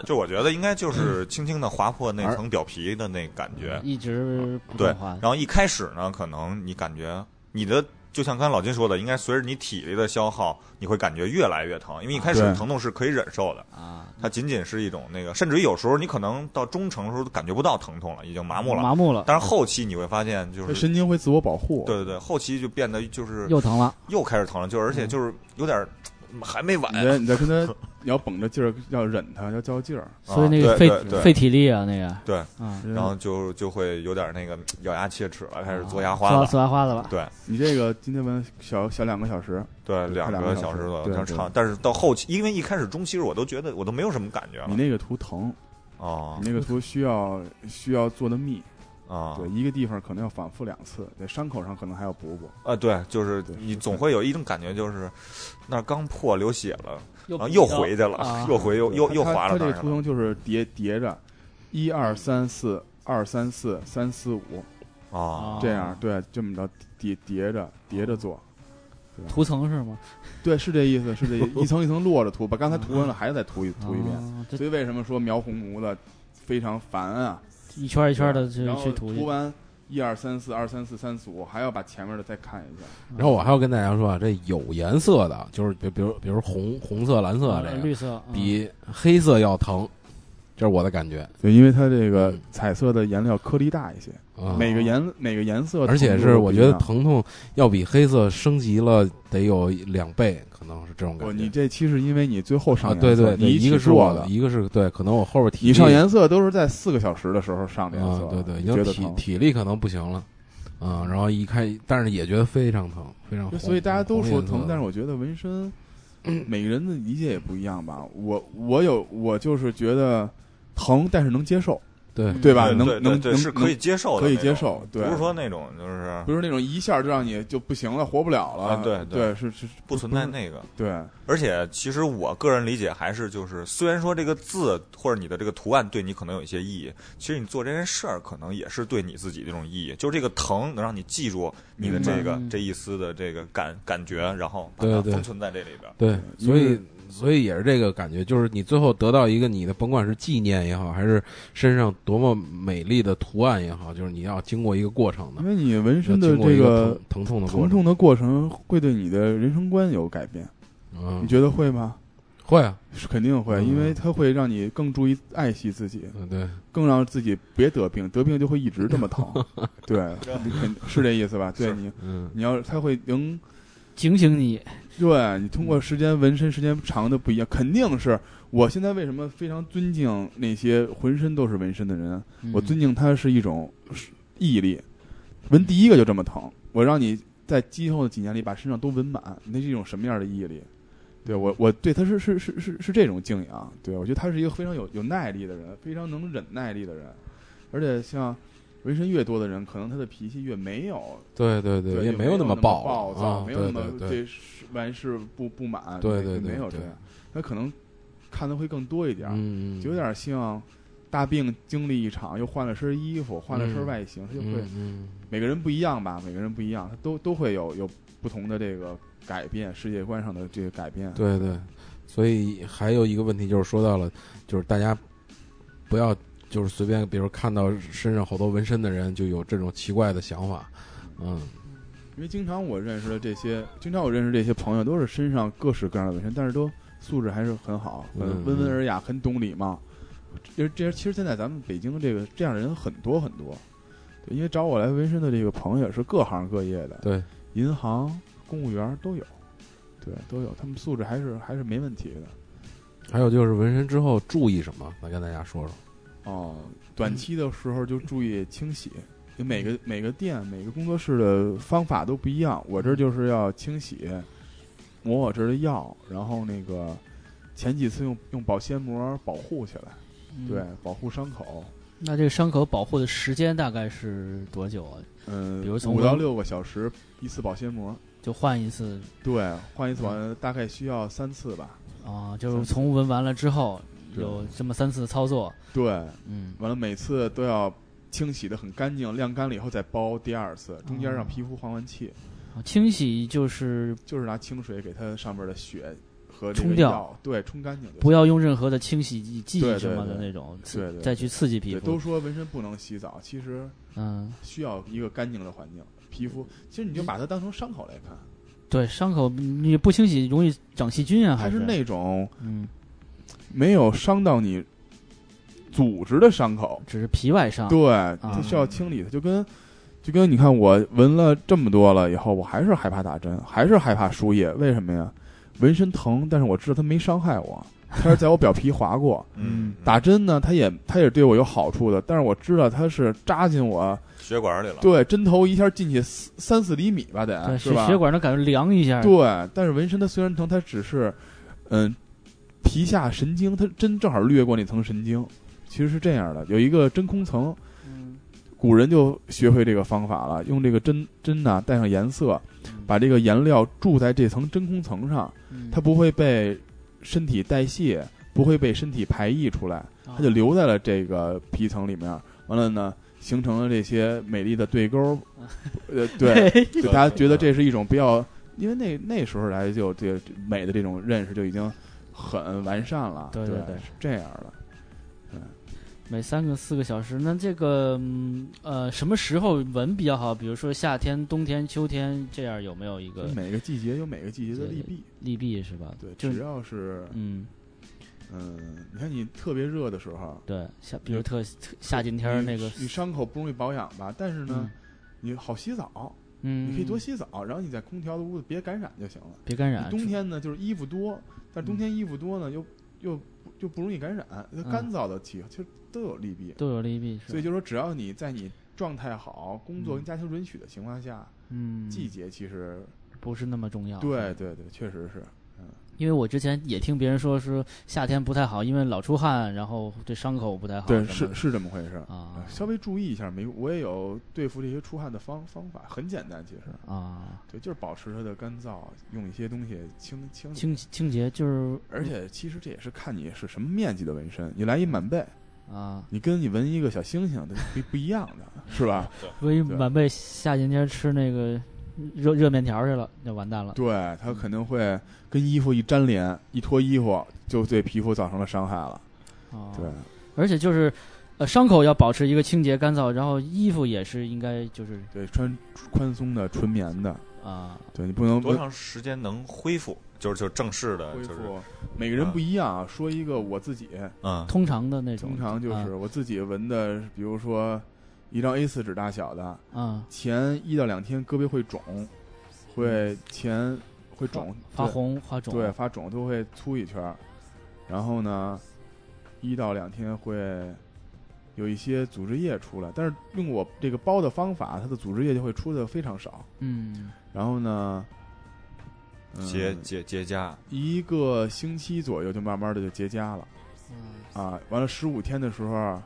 S3: 就我觉得应该就是轻轻的划破那层表皮的那感觉。
S2: 一直不
S3: 对
S2: 动，换
S3: 然后一开始呢，可能你感觉你的就像刚才老金说的，应该随着你体力的消耗，你会感觉越来越疼，因为一开始
S4: 对
S3: 疼痛是可以忍受的，
S2: 啊，
S3: 它仅仅是一种那个，甚至于有时候你可能到中程的时候都感觉不到疼痛了，已经麻木了。
S2: 麻木了，
S3: 但是后期你会发现，就是
S4: 神经会自我保护。
S3: 对对对，后期就变得就是
S2: 又疼了，
S4: 嗯
S3: 又开始疼了，就而且就是有点还没完
S4: 你得你得跟他，你要绷着劲儿，要忍他，要较劲儿。
S2: 所以那个
S3: 啊
S2: 费
S3: 对对
S2: 费体力啊，那个
S3: 对，
S4: 嗯
S2: 啊，
S3: 然后就就会有点那个咬牙切齿了，开始
S4: 啊
S3: 嘬牙花
S2: 嘬
S3: 了。
S2: 嘬牙花子吧，
S3: 对
S4: 你这个今天玩小小两个小时，
S3: 对，两
S4: 两
S3: 个
S4: 个
S3: 小
S4: 小
S3: 时
S4: 时
S3: 左右，
S4: 对
S3: 要
S4: 对
S3: 长。但是到后期，因为一开始中期时我都觉得我都没有什么感觉了
S4: 你。那个图疼，
S3: 哦
S4: 你那个图需要需要做的密，
S3: 啊
S4: 嗯对，一个地方可能要反复两次，在伤口上可能还要补补。
S3: 啊，对，就是
S4: 对
S3: 你
S4: 是
S3: 总
S4: 的
S3: 会有一种感觉，就是那儿刚破流血了，
S2: 又
S3: 然后又回去了
S2: 啊，
S3: 又回又又
S4: 它
S3: 又
S4: 它
S3: 滑
S4: 它
S3: 了那
S4: 这
S3: 儿
S4: 个
S3: 去
S4: 图
S3: 了。
S4: 腾就是叠叠着，一二三四，二三四，三四五，
S3: 啊
S2: 啊
S4: 这样对，这么着叠叠着叠着做。
S2: 涂层是吗？
S4: 对，是这意思，是这意思一层一层摞着涂，把刚才涂完了，还得再涂一涂一遍。
S2: 啊，
S4: 所
S2: 这
S4: 以为什么说描红模的非常烦啊？
S2: 一圈一圈的去
S4: 然后
S2: 去涂
S4: 涂完一二三四，二三四，三四五，还要把前面的再看一下。
S1: 然后我还要跟大家说啊，这有颜色的，就是比比如比如红红色、蓝色
S2: 啊
S1: 这个，
S2: 绿色啊
S1: 比黑色要疼，这是我的感觉。
S4: 对，因为它这个彩色的颜料颗粒大一些，
S1: 啊。
S4: 每个颜每个颜色，
S1: 而且是我觉得。疼痛要比黑色升级了得有两倍，可能是这种感
S3: 哦
S4: 不，
S1: 觉。
S4: 哦你这期是因为你最后上
S1: 啊，对
S4: 颜色
S1: 对对，
S4: 你
S1: 一个
S4: 起
S1: 是
S4: 做
S1: 我
S4: 的，
S1: 一个是对，可能我后边体力
S4: 你上颜色都是在四个小时的时候上的颜色
S1: 啊，
S4: 了，
S1: 对对，已
S4: 你觉
S1: 经
S4: 得
S1: 体
S4: 疼。
S1: 体力可能不行了，啊，然后一看，但是也觉得非常疼，非常红。
S4: 对所以大家都
S1: 红
S4: 说
S1: 颜色
S4: 疼，但是
S1: 的
S4: 我觉得纹身，每个人的理解也不一样吧。我我有我就是觉得疼，但是能接受，
S1: 对
S4: 对吧？
S3: 对
S4: 能
S3: 对对
S4: 能
S3: 对
S4: 能
S3: 是可以接受的，
S4: 可以接，受，对，
S3: 不是说那种就是
S4: 不是那种一下就让你就不行了，活不了了。
S3: 啊对对
S4: 对，是是
S3: 不存在
S4: 是
S3: 那个。
S4: 对
S3: 而且，其实我个人理解还是就是，虽然说这个字或者你的这个图案对你可能有一些意义，其实你做这件事儿可能也是对你自己这种意义。就是这个疼能让你记住你的这个
S2: 明白
S3: 这一丝的这个感感觉，然后把它
S1: 对对嗯
S3: 封存在这里边儿。
S1: 对，所
S4: 因
S1: 以
S4: 为
S1: 所以也是这个感觉，就是你最后得到一个你的，甭管是纪念也好，还是身上多么美丽的图案也好，就是你要经过一个过程的
S4: 因，为你纹
S1: 要
S4: 身的
S1: 经过
S4: 这
S1: 一
S4: 个
S1: 疼疼痛的过
S4: 疼
S1: 程。
S4: 痛的过程会对你的人生观有改变，你
S1: 嗯，
S4: 觉得会吗？
S1: 会啊，
S4: 是肯定会，
S1: 嗯
S4: 因为它会让你更注意爱惜自己，
S1: 嗯，对，
S4: 更让自己别得病，得病就会一直这么疼。对，肯是这意思吧？对
S3: 是
S4: 你，
S1: 嗯，
S4: 你要它会能，
S2: 警醒你，
S4: 对你通过时间纹身时间长的不一样，肯定是。我现在为什么非常尊敬那些浑身都是纹身的人？啊
S2: 嗯
S4: 我尊敬他是一种毅力，纹第一个就这么疼，我让你在今后的几年里把身上都纹满，那是一种什么样的毅力？对我，我对他是是是是是这种敬仰。对我觉得他是一个非常有有耐力的人，非常能忍耐力的人，而且像纹身越多的人，可能他的脾气越没有，
S1: 对对对，
S4: 对，
S1: 也
S4: 也
S1: 没
S4: 有
S1: 那么
S4: 暴躁，
S1: 啊，
S4: 没
S1: 对
S4: 有那么
S1: 对对。
S4: 对事完事不不满，
S1: 对
S4: 也
S1: 对对
S4: 没有这
S1: 对
S4: 样。他可能看的会更多一点儿，
S1: 嗯，
S4: 就有点像大病经历一场，又换了身衣服，换了身
S1: 嗯
S4: 外形，他就会
S1: 嗯嗯
S4: 每个人不一样吧，每个人不一样，他都都会有有不同的这个改变，世界观上的这个改变。
S1: 对对，所以还有一个问题就是说到了，就是大家不要就是随便，比如看到身上好多纹身的人就有这种奇怪的想法，嗯
S4: 因为经常我认识的这些，经常我认识这些朋友都是身上各式各样的纹身，但是都素质还是很好，很
S1: 嗯
S4: 温文尔雅，很懂礼貌。这这其实现在咱们北京这个这样的人很多很多，对，因为找我来纹身的这个朋友也是各行各业的，
S1: 对，
S4: 银行、公务员都有，对，都有，他们素质还是还是没问题的。
S1: 还有就是纹身之后注意什么，来跟大家说说。
S4: 哦，嗯短期的时候就注意清洗，就每个每个店、每个工作室的方法都不一样。我这儿就是要清洗，抹我这儿的药，然后那个前几次用用保鲜膜保护起来，
S2: 嗯
S4: 对，保护伤口。
S2: 那这个伤口保护的时间大概是多久啊？
S4: 嗯，
S2: 比如从
S4: 五到六个小时一次保鲜膜，
S2: 就换一次
S4: 对，换一次保鲜膜大概需要三次吧。
S2: 啊，就是从纹完了之后
S4: 对
S2: 有这么三次操作，
S4: 对，
S2: 嗯，
S4: 完了每次都要清洗的很干净，晾干了以后再包第二
S2: 哦
S4: 次，中间让皮肤换换气。
S2: 清洗就是
S4: 就是拿清水给它上面的血和这
S2: 冲
S4: 个
S2: 掉
S4: 药，对，冲干净就行。
S2: 不要用任何的清洗剂剂
S4: 对对
S2: 什么的
S4: 对
S2: 那种，
S4: 对对对
S2: 再去刺激皮
S4: 对，
S2: 肤，
S4: 都说纹身不能洗澡，其实
S2: 嗯，
S4: 需要一个干净的环境。皮肤其实你就把它当成伤口来看，
S2: 对，伤口你不清洗容易长细菌啊，
S4: 它
S2: 还
S4: 是那种
S2: 嗯，
S4: 没有伤到你组织的伤口，
S2: 只是皮外伤，
S4: 对，它需要清理的，就跟。就跟你看，我纹了这么多了以后，我还是害怕打针，还是害怕输液，为什么呀？纹身疼，但是我知道它没伤害我，它是在我表皮划过。
S3: 嗯，
S4: 打针呢，它也它也对我有好处的，但是我知道它是扎进
S2: 啊
S4: 我
S3: 血管里了，
S4: 对针头一下进去三三四厘米吧，
S2: 对，
S4: 得是
S2: 血
S4: 吧？
S2: 血管能感觉凉一下，
S4: 对，但是纹身它虽然疼，它只是，嗯，皮下神经，它针正好掠过那层神经，其实是这样的，有一个真空层，
S2: 嗯，
S4: 古人就学会这个方法了，用这个针针呐、带上颜色，把这个颜料注在这层真空层上，
S2: 嗯
S4: 它不会被身体代谢，不会被身体排异出来，
S2: 啊
S4: 它就留在了这个皮层里面。完了呢，形成了这些美丽的 对勾，呃，对，就大家觉得这是一种比较，因为那那时候来就对美的这种认识就已经很完善了，
S2: 对
S4: 对
S2: 对对
S4: 是这样的。
S2: 每三个四个小时。那这个嗯呃，什么时候纹比较好？比如说夏天、冬天、秋天，这样有没有一个
S4: 每个季节有每个季节的利弊，
S2: 利弊是吧？
S4: 对，
S2: 就
S4: 只要是
S2: 嗯，
S4: 嗯，你看你特别热的时候，啊
S2: 对，夏比
S4: 嗯
S2: 如特特夏天天儿
S4: 你
S2: 那个，
S4: 你伤口不容易保养吧，但是呢，你好洗澡，
S2: 嗯，
S4: 你可以多
S2: 嗯
S4: 洗澡，然后你在空调的屋子别感染就行了。
S2: 别感染。
S4: 你冬天呢就是衣服多，但冬天衣服多呢
S2: 嗯
S4: 又又又不容易感染，它干燥的气其实都有利弊。
S2: 都有利弊，是吧
S4: 所以就是说，只要你在你状态好、工作
S2: 嗯
S4: 跟家庭允许的情况下，
S2: 嗯，
S4: 季节其实
S2: 不是那么重要。
S4: 对对对，确实是。
S2: 因为我之前也听别人说说夏天不太好，因为老出汗，然后对伤口不太好什么的。
S4: 是是这么回事儿。
S2: 啊
S4: 稍微注意一下，没我也有对付这些出汗的方方法，很简单，其实
S2: 啊，
S4: 对，就是保持它的干燥，用一些东西清清理。
S2: 清清洁就是
S4: 而且其实这也是看你是什么面积的纹身，你来一满背，
S2: 啊，
S4: 你跟你纹一个小星星，它不不一样的，是吧？
S2: 万一
S4: 对
S2: 晚辈夏天天吃那个热热面条去了，那完蛋了。
S4: 对，它肯定会跟衣服一粘连，一脱衣服就对皮肤造成了伤害了。
S3: 哦
S2: 啊，
S4: 对，，
S2: 而且就是呃，伤口要保持一个清洁干燥，然后衣服也是应该就是
S4: 对，穿宽松的纯棉的，
S2: 啊，
S4: 对你不能
S3: 多长时间能恢复？就是就正式的，
S4: 恢
S3: 就是啊
S4: 复。每个人不一样啊，说一个我自己，
S3: 嗯
S2: 通常的那种，
S4: 通常
S3: 啊
S4: 就是我自己纹的，比如说一张 A 四纸大小的，
S2: 啊
S4: 前一到两天胳膊会肿，会前会肿
S2: 嗯发
S4: 对
S2: 红发肿，
S4: 对，发肿都会粗一圈儿，然后呢，一到两天会有一些组织液出来，但是用我这个包的方法，它的组织液就会出的非常少。
S2: 嗯，
S4: 然后呢，嗯
S3: 结结结痂，
S4: 一个星期左右就慢慢的就结痂了
S2: 嗯
S4: 啊，完了十五天的时候，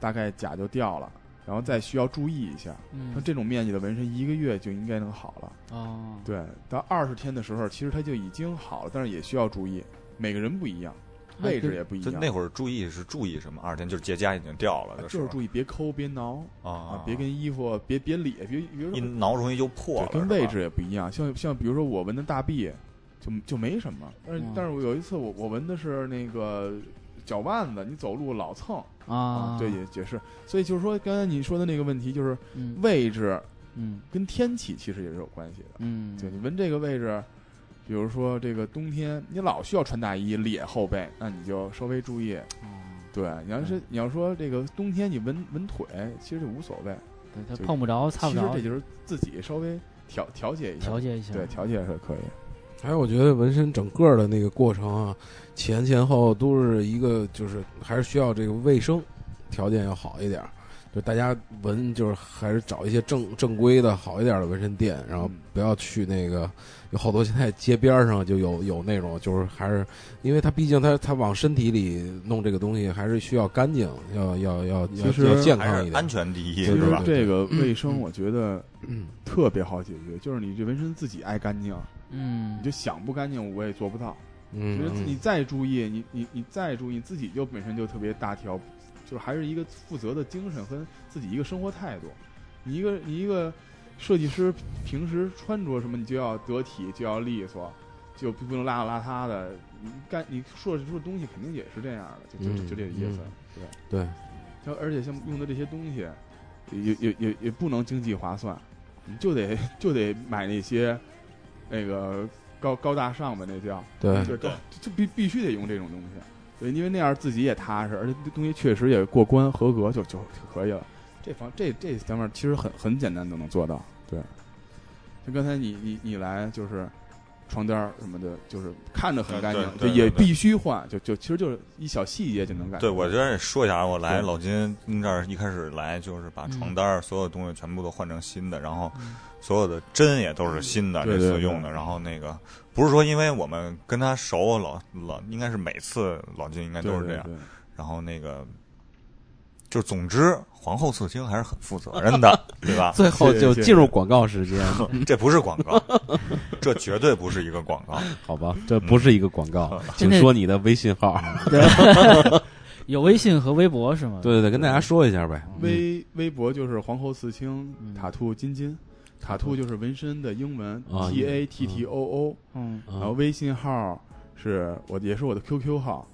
S4: 大概甲就掉了，然后再需要注意一下。像
S2: 嗯，
S4: 这种面积的纹身，一个月就应该能好了。
S2: 哦，
S4: 对，到二十天的时候，其实它就已经好了，但是也需要注意，每个人不一样，
S2: 还
S4: 位置
S2: 跟
S4: 也不一
S3: 啊就
S4: 样。
S3: 那会儿注意是注意什么？二十天就是结痂已经掉了，
S4: 就是注意别抠，别挠
S3: 啊
S4: 啊，别跟衣服，别别理，别别
S3: 一
S4: 说
S3: 挠容易就破
S4: 对
S3: 了，，
S4: 跟
S3: 是吧
S4: 位置也不一样。像像比如说我纹的大臂，就就没什么，但是
S2: 嗯
S4: 但是我有一次我我纹的是那个脚腕子，你走路老蹭
S2: 啊，
S4: 对，也也是。所以就是说，刚才你说的那个问题，就是
S2: 嗯
S4: 位置
S2: 嗯
S4: 跟天气其实也是有关系的。
S2: 嗯，
S4: 对你纹这个位置，比如说这个冬天你老需要穿大衣咧后背，那你就稍微注意。
S2: 哦
S4: 对，你要是你要说这个冬天你纹纹腿，其实就无所谓，
S2: 对它
S4: 就
S2: 碰不着，擦
S4: 其
S2: 不
S4: 实
S2: 着
S4: 这，就是自己稍微调调节一下，
S2: 调节一下，
S4: 对调节是可以。
S1: 还有，我觉得纹身整个的那个过程啊，前前后后都是一个，就是还是需要这个卫生条件要好一点儿。就大家纹，就是还是找一些正正规的好一点的纹身店，然后
S4: 嗯
S1: 不要去那个有好多现在街边儿上就有有那种，就是还是因为它毕竟它它往身体里弄这个东西，还是需要干净，要要要要
S4: 其实
S1: 要健
S3: 还
S1: 康一
S3: 是
S1: 点
S3: 安。全第一，
S4: 其
S1: 对
S3: 是
S4: 实
S3: 吧
S1: 对？
S4: 这个卫生我觉得
S1: 嗯
S4: 特别好解决，就是你这纹身自己爱干净，
S2: 嗯
S4: 你，就想不干净我也做不到。
S1: 嗯，
S4: 就是
S1: 嗯
S4: 你再注意，你你你再注意，自己就本身就特别大条，就是还是一个负责的精神和自己一个生活态度。你一个你一个设计师平时穿着什么，你就要得体，就要利索，就不不能邋邋遢的。你干你设计出的东西肯定也是这样的，就就
S1: 嗯
S4: 就就这意思。
S1: 对，
S4: 对，像而且像用的这些东西，也也也也不能经济划算，你就得就得买那些那个高高大上吧，那叫。
S1: 对
S4: 对对
S3: 对，
S4: 就必必须得用这种东西，对，因为那样自己也踏实，而且这东西确实也过关合格就就就可以了。这方这这方面其实很很简单都能做到，对。就刚才你你你来就是床单儿什么的，就是看着很干净，
S3: 呃对对对对
S4: 也
S3: 对
S4: 必须换，就就其实就是一小细节就能改。
S3: 对，我觉得也说一下，啊我来
S4: 对嗯
S3: 老金这儿一开始来就是把床单儿所有东西全部都换成新的，然后
S2: 嗯
S3: 所有的针也都是新的，
S4: 对
S3: 这
S4: 对
S3: 次
S4: 对
S3: 用的。然后那个不是说因为我们跟他熟，老老应该是每次老金应该
S4: 对
S3: 都是这
S4: 对嗯
S3: 样。
S4: 对，
S3: 然后那个就是总之，皇后刺青还是很负责任 的，对吧？
S1: 最后就
S4: 谢谢
S1: 进入广告 时间，
S3: 这不是广告，这绝对不是一个广告。
S1: 好吧？这不是一个广告，请
S2: 真的
S1: 说你的微信号。
S2: 有微信和微博是吗？
S1: 对对对，跟大家说一下呗。
S4: 微微博就是皇后刺青
S2: 嗯，
S4: 塔兔金金，塔兔就是纹身的英文
S1: 啊
S4: T A T T O O，
S2: 嗯，
S1: 嗯
S4: 然后微信号是我也是我的 QQ 号，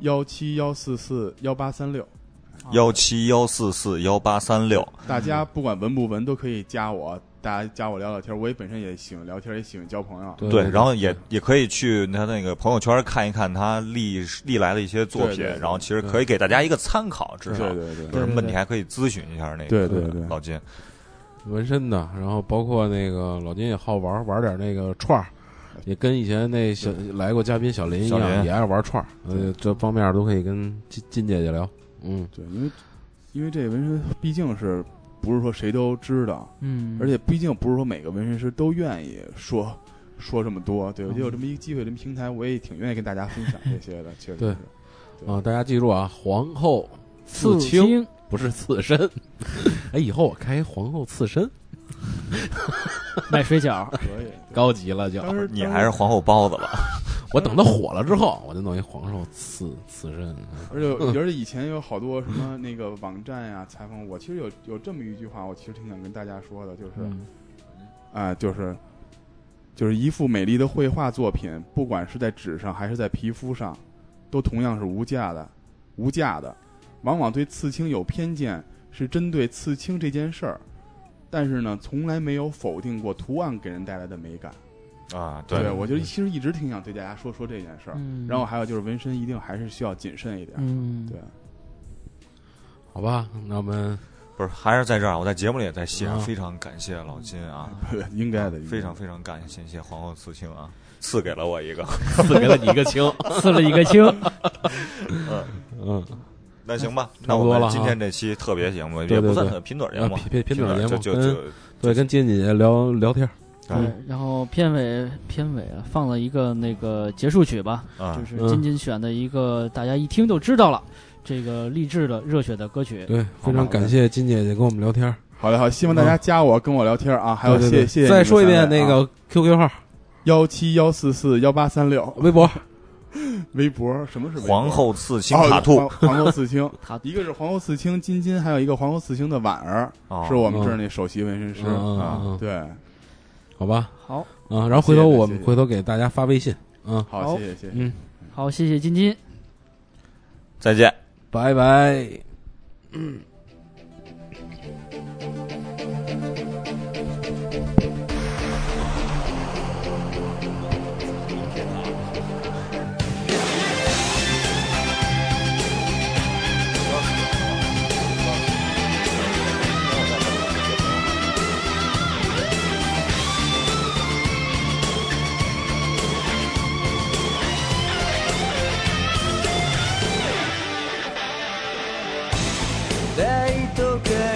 S4: 幺七幺四四幺八三六，
S3: 幺七幺四四幺八三六，
S4: 大家不管纹不纹都可以加我，大家加我聊聊天，我也本身也喜欢聊天，也喜欢交朋友。
S1: 对
S3: 对，然后也也可以去他那个朋友圈看一看他历历来的一些作品
S4: 对对，对
S3: 然后其实可以给大家一个参考，至
S4: 对
S3: 少
S4: 对对
S3: 有
S2: 对
S3: 什么问题还可以咨询一下那个
S4: 对对对
S3: 老金。
S1: 纹身的，然后包括那个老金也好玩，玩点那个串儿，也跟以前那小来过嘉宾小林一
S3: 小
S1: 样，
S3: 林
S1: 也爱玩串儿。呃，这方面都可以跟金金姐姐聊。嗯，
S4: 对，因为因为这纹身毕竟是不是说谁都知道，
S2: 嗯，
S4: 而且毕竟不是说每个纹身师都愿意说说这么多，对，我觉得有这么一个机会，这么平台，我也挺愿意跟大家分享这些的，确实
S1: 对
S4: 是。
S1: 啊，大家记住啊，皇后
S2: 刺
S1: 青不是刺 身。哎，以后我开皇后刺身，
S2: 卖水饺，
S4: 可以。
S1: 高级了就。
S4: 当时
S3: 你还是皇后包子吧，
S1: 我等它火了之后，我就弄一皇后刺刺身。
S4: 而
S2: 嗯
S4: 且而且以前有好多什么那个网站呀、采访我，其实有有这么一句话，我其实挺想跟大家说 的，就是啊、
S2: 嗯
S4: 就是就是一幅美丽的绘画作品，不管是在纸上还是在皮肤上，都同样是无价的，无价的。往往对刺青有偏见，是针对刺青这件事儿，但是呢，从来没有否定过图案给人带来的美感。
S3: 啊，
S4: 我就其实一直挺想对大家说说这件事儿。
S2: 嗯
S4: 然后还有就是纹身一定还是需要谨慎一点儿，
S2: 嗯，
S4: 对。
S1: 好吧，那我们
S3: 不是还是在这儿，我在节目里也在谢
S1: 啊，
S3: 非常感谢老金啊，
S4: 嗯应该的，
S3: 非常非常感谢谢皇后刺青啊，赐给了我一个。
S1: 赐给了你一个青。
S2: 刺了一个 青，
S1: 嗯，
S3: 那行吧，
S1: 差
S3: 那
S1: 不
S3: 我
S1: 多了
S3: 们
S1: 哈
S3: 今天这期特别节目
S1: 对对
S3: 也不算
S1: 对
S3: 很拼嘴节目
S1: 啊，拼拼嘴节目
S3: 就就
S1: 跟嗯
S3: 就嗯
S1: 对，跟金姐姐聊聊天儿。
S2: 对，然后片尾片尾啊放了一个那个结束曲吧，
S3: 啊
S2: 就，是
S4: 嗯
S2: 金金选的一个大家一听就知道了，这个励志的热血的歌曲，
S1: 对，非常感谢金姐姐跟我们聊天儿。
S4: 好嘞，好，希望大家加我，跟我聊天啊， 还有
S1: 嗯对
S4: 谢
S1: 对对
S4: 谢谢，
S1: 再说一遍那个 QQ 号、
S4: 啊幺七幺四四幺八三六，
S1: 微博，
S4: 微博什么是微博
S3: 皇后刺青
S4: 哦
S3: 塔兔
S4: 皇皇后刺 青
S2: 塔，
S4: 一个是皇后刺青金金，还有一个皇后刺青的婉儿，
S3: 啊
S4: 是我们这儿那首席纹身师
S1: 嗯嗯
S4: 啊
S1: 嗯，
S4: 对，
S1: 好吧？
S2: 好
S1: 啊，然后回头我
S4: 谢
S1: 们
S4: 谢谢谢
S1: 回头给大家发微信。嗯，
S4: 好，
S2: 好
S4: 谢谢谢谢。
S1: 嗯，
S2: 好，谢谢金金。
S3: 再见。
S1: 拜拜。
S6: There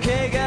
S5: けが